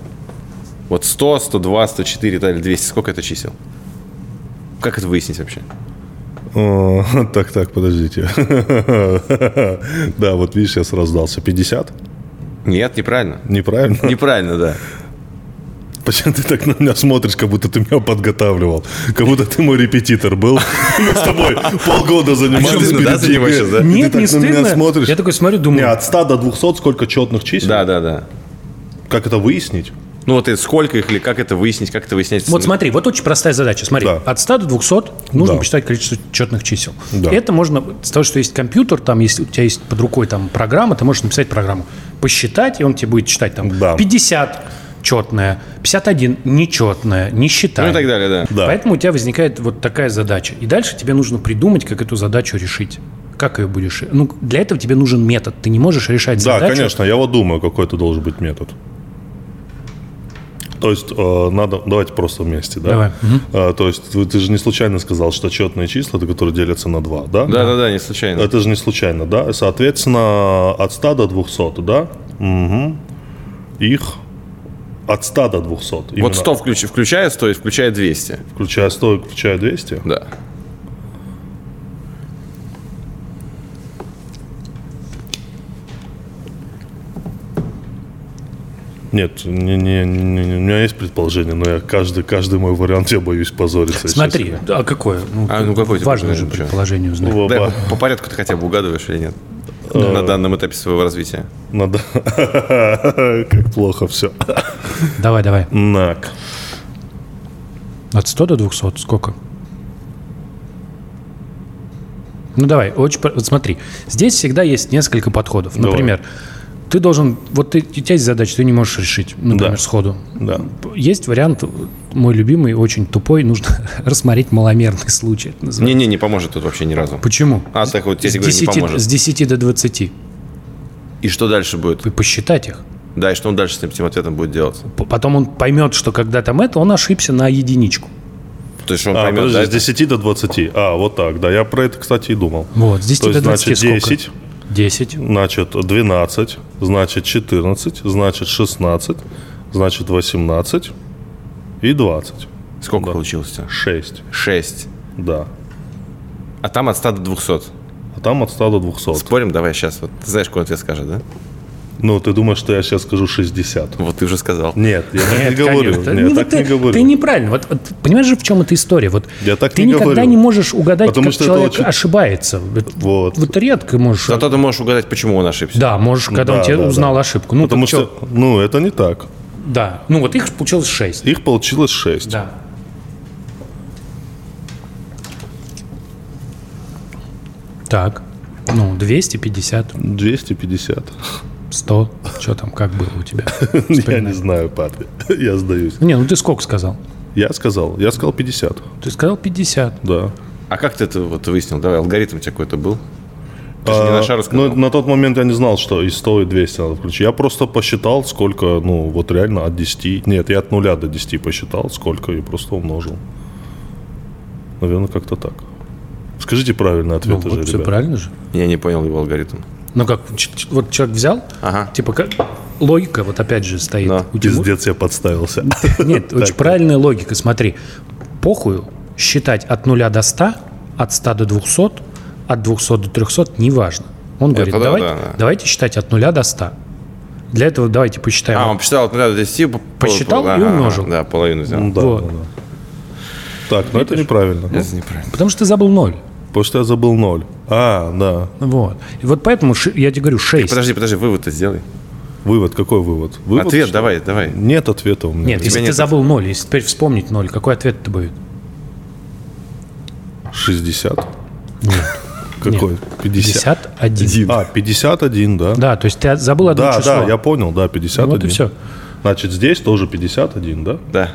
Speaker 1: Вот 100, 102, 104, да, или 200. Сколько это чисел? Как это выяснить вообще?
Speaker 2: О, так, так, подождите. Да, вот видишь, я сразу сдался. 50?
Speaker 1: Нет, неправильно.
Speaker 2: Неправильно?
Speaker 1: Неправильно, да.
Speaker 2: Почему ты так на меня смотришь, как будто ты меня подготавливал? Как будто ты мой репетитор был. Мы с тобой
Speaker 3: А
Speaker 2: полгода занимались.
Speaker 1: стыдно,
Speaker 2: перед
Speaker 1: да, за него
Speaker 2: ЕГЭ.
Speaker 1: сейчас, да?
Speaker 2: И ты
Speaker 3: Нет,
Speaker 2: так
Speaker 3: не
Speaker 2: на меня
Speaker 3: стыдно.
Speaker 2: смотришь.
Speaker 3: Я такой смотрю,
Speaker 2: Не,
Speaker 3: думаю,
Speaker 2: от 100 до 200 сколько четных чисел?
Speaker 1: Да, да, да.
Speaker 2: Как это выяснить?
Speaker 1: Ну вот это сколько их или как это выяснить, как это выяснять?
Speaker 3: вот смотри, вот очень простая задача. Смотри,
Speaker 2: Да.
Speaker 3: от 100 до 200 нужно
Speaker 2: Да.
Speaker 3: посчитать количество четных чисел.
Speaker 2: Да.
Speaker 3: Это можно, с того, что есть компьютер, там, если у тебя есть под рукой там программа, ты можешь написать программу. Посчитать, и он тебе будет считать там
Speaker 2: Да.
Speaker 3: 50 четное, 51 нечетное, не считай.
Speaker 1: Ну и так далее, да.
Speaker 2: Да.
Speaker 3: Поэтому у тебя возникает вот такая задача. И дальше тебе нужно придумать, как эту задачу решить. Как ее будешь... Ну, для этого тебе нужен метод. Ты не можешь решать
Speaker 2: Да,
Speaker 3: задачу.
Speaker 2: конечно, я вот думаю, какой это должен быть метод. То есть э, надо, давайте просто вместе, да?
Speaker 3: Давай.
Speaker 2: Э, то есть ты, ты же не случайно сказал, что четные числа, это которые делятся на 2, да?
Speaker 1: Да, да, да, не случайно.
Speaker 2: Это же не случайно, да? Соответственно, от 100 до 200, да? Мгм. Их от 100 до 200. именно.
Speaker 1: Вот 100 включ- включая 100 и включая 200.
Speaker 2: Включая 100, включая 200.
Speaker 1: Да.
Speaker 2: Нет, не, не, не- не- у меня есть предположение, но я каждый, каждый мой вариант, я боюсь позориться. если
Speaker 3: Смотри,
Speaker 2: честно.
Speaker 3: а какое?
Speaker 1: А, ну, какое тебе
Speaker 3: Важно же
Speaker 1: предположение, чё?
Speaker 3: предположение узнать.
Speaker 2: Опа.
Speaker 1: Да, по, по порядку ты хотя бы угадываешь или нет? На данном этапе своего развития.
Speaker 2: Надо... как плохо все.
Speaker 3: Давай, давай.
Speaker 2: Нак.
Speaker 3: От 100 до 200 сколько? Ну давай, очень... про- Вот смотри, здесь всегда есть несколько подходов. Например, ты должен... Вот ты, у тебя есть задача, ты не можешь решить,
Speaker 2: Да.
Speaker 3: например, сходу.
Speaker 2: Да.
Speaker 3: Есть вариант, мой любимый, очень тупой, нужно рассмотреть маломерный случай. это называется.
Speaker 1: Не-не, не поможет тут вообще ни разу.
Speaker 3: Почему?
Speaker 1: А, так вот, я
Speaker 3: с,
Speaker 1: тебе говорю, не
Speaker 3: 10,
Speaker 1: поможет.
Speaker 3: с 10 до 20.
Speaker 1: И что дальше будет?
Speaker 3: Вы посчитать их.
Speaker 1: Да, и что он дальше с этим ответом будет делать?
Speaker 3: П- Потом он поймет, что когда там это, он ошибся на единичку.
Speaker 1: То есть он
Speaker 2: А,
Speaker 1: поймет,
Speaker 2: подожди,
Speaker 1: да,
Speaker 2: с 10 до 20. А, вот так, да. Я про это, кстати, и думал.
Speaker 3: Вот, с 10
Speaker 2: То есть,
Speaker 3: до 20
Speaker 2: значит,
Speaker 3: сколько?
Speaker 2: 10,
Speaker 3: 10.
Speaker 2: значит, 12, значит, 14, значит, 16, значит, 18 и 20.
Speaker 1: сколько
Speaker 2: Да.
Speaker 1: получилось-то?
Speaker 2: 6,
Speaker 1: 6.
Speaker 2: да.
Speaker 1: А там от 100 до 200.
Speaker 2: А там от 100 до 200.
Speaker 1: Спорим, давай сейчас. Вот, ты знаешь, какой ответ скажет, да?
Speaker 2: Ну, ты думаешь, что я сейчас скажу 60?
Speaker 1: Вот ты уже сказал.
Speaker 2: Нет, я так не
Speaker 3: Нет,
Speaker 2: говорю.
Speaker 3: конечно.
Speaker 2: Нет,
Speaker 3: Ну,
Speaker 2: так
Speaker 3: ты,
Speaker 2: не говорю.
Speaker 3: ты неправильно. Вот, вот понимаешь же, в чем эта история? Вот
Speaker 2: Я так
Speaker 3: ты
Speaker 2: не
Speaker 3: никогда
Speaker 2: говорю.
Speaker 3: не можешь угадать,
Speaker 2: Потому
Speaker 3: как
Speaker 2: что это
Speaker 3: человек
Speaker 2: очень-
Speaker 3: ошибается. Вот,
Speaker 2: Вот.
Speaker 3: вот редко можешь.
Speaker 1: Зато ты можешь угадать, почему он ошибся.
Speaker 3: Да, можешь, когда он
Speaker 2: Да,
Speaker 3: тебе
Speaker 2: да,
Speaker 3: узнал
Speaker 2: да.
Speaker 3: ошибку. Ну,
Speaker 2: Потому
Speaker 3: так чё?
Speaker 2: что, ну, это не так.
Speaker 3: Да. Ну, вот их получилось 6.
Speaker 2: Их получилось 6.
Speaker 3: Да. Так. Ну, 250,
Speaker 2: 250.
Speaker 3: 100. Что там, как было у тебя?
Speaker 2: Я не знаю, Патри. Я сдаюсь.
Speaker 3: Не, ну ты сколько сказал?
Speaker 2: Я сказал, я сказал 50.
Speaker 3: Ты сказал 50.
Speaker 2: Да.
Speaker 1: А как ты это вот выяснил? Давай, алгоритм у тебя какой-то был? Ты же не
Speaker 2: А,
Speaker 1: на шару сказал.
Speaker 2: ну, на тот момент я не знал, что и 100, и 200 надо включить. Я просто посчитал, сколько, ну, вот реально от 10. Нет, я от 0 до 10 посчитал, сколько, и просто умножил. Наверное, как-то так. Скажите правильный
Speaker 3: Ну,
Speaker 2: ответ
Speaker 3: вот
Speaker 2: уже,
Speaker 3: все
Speaker 2: ребят.
Speaker 3: правильно же.
Speaker 1: Я не понял его алгоритм.
Speaker 3: Ну как, ч- ч- вот человек взял,
Speaker 1: Ага.
Speaker 3: типа как, логика вот опять же стоит.
Speaker 1: Да.
Speaker 3: У Тимура-
Speaker 2: Пиздец, я подставился.
Speaker 3: Нет, очень правильная логика, смотри. Похую считать от 0 до 100, от 100 до 200, от 200 до 300, неважно. Он говорит, «Ну,
Speaker 1: да,
Speaker 3: давай,
Speaker 1: да, да.
Speaker 3: давайте считать от 0 до 100. Для этого давайте посчитаем.
Speaker 1: А, он посчитал от 0 до 10. по- по-
Speaker 3: Посчитал
Speaker 1: по-
Speaker 3: и умножил.
Speaker 1: Да, половину взял.
Speaker 2: Ну да,
Speaker 3: Вот.
Speaker 2: да, да. Так, ну это неправильно.
Speaker 1: Это неправильно.
Speaker 3: Потому что ты забыл 0.
Speaker 2: Потому что я забыл ноль. А, да.
Speaker 3: Вот. И вот поэтому ши- я тебе говорю 6.
Speaker 1: Подожди, подожди, вывод-то сделай.
Speaker 2: Вывод, какой вывод? Вывод,
Speaker 1: Ответ
Speaker 2: что-
Speaker 1: давай, давай.
Speaker 2: Нет ответа у меня.
Speaker 3: Нет, если
Speaker 1: тебя
Speaker 3: ты
Speaker 1: нет.
Speaker 3: забыл 0, если теперь вспомнить 0, какой ответ это будет?
Speaker 2: 60? Какой? 50?
Speaker 3: 51.
Speaker 2: А, 51, да.
Speaker 3: Да, то есть ты от- забыл одно
Speaker 2: Да,
Speaker 3: число.
Speaker 2: да, я понял, да, 51.
Speaker 3: Вот и все.
Speaker 2: Значит, здесь тоже 51, да?
Speaker 1: Да.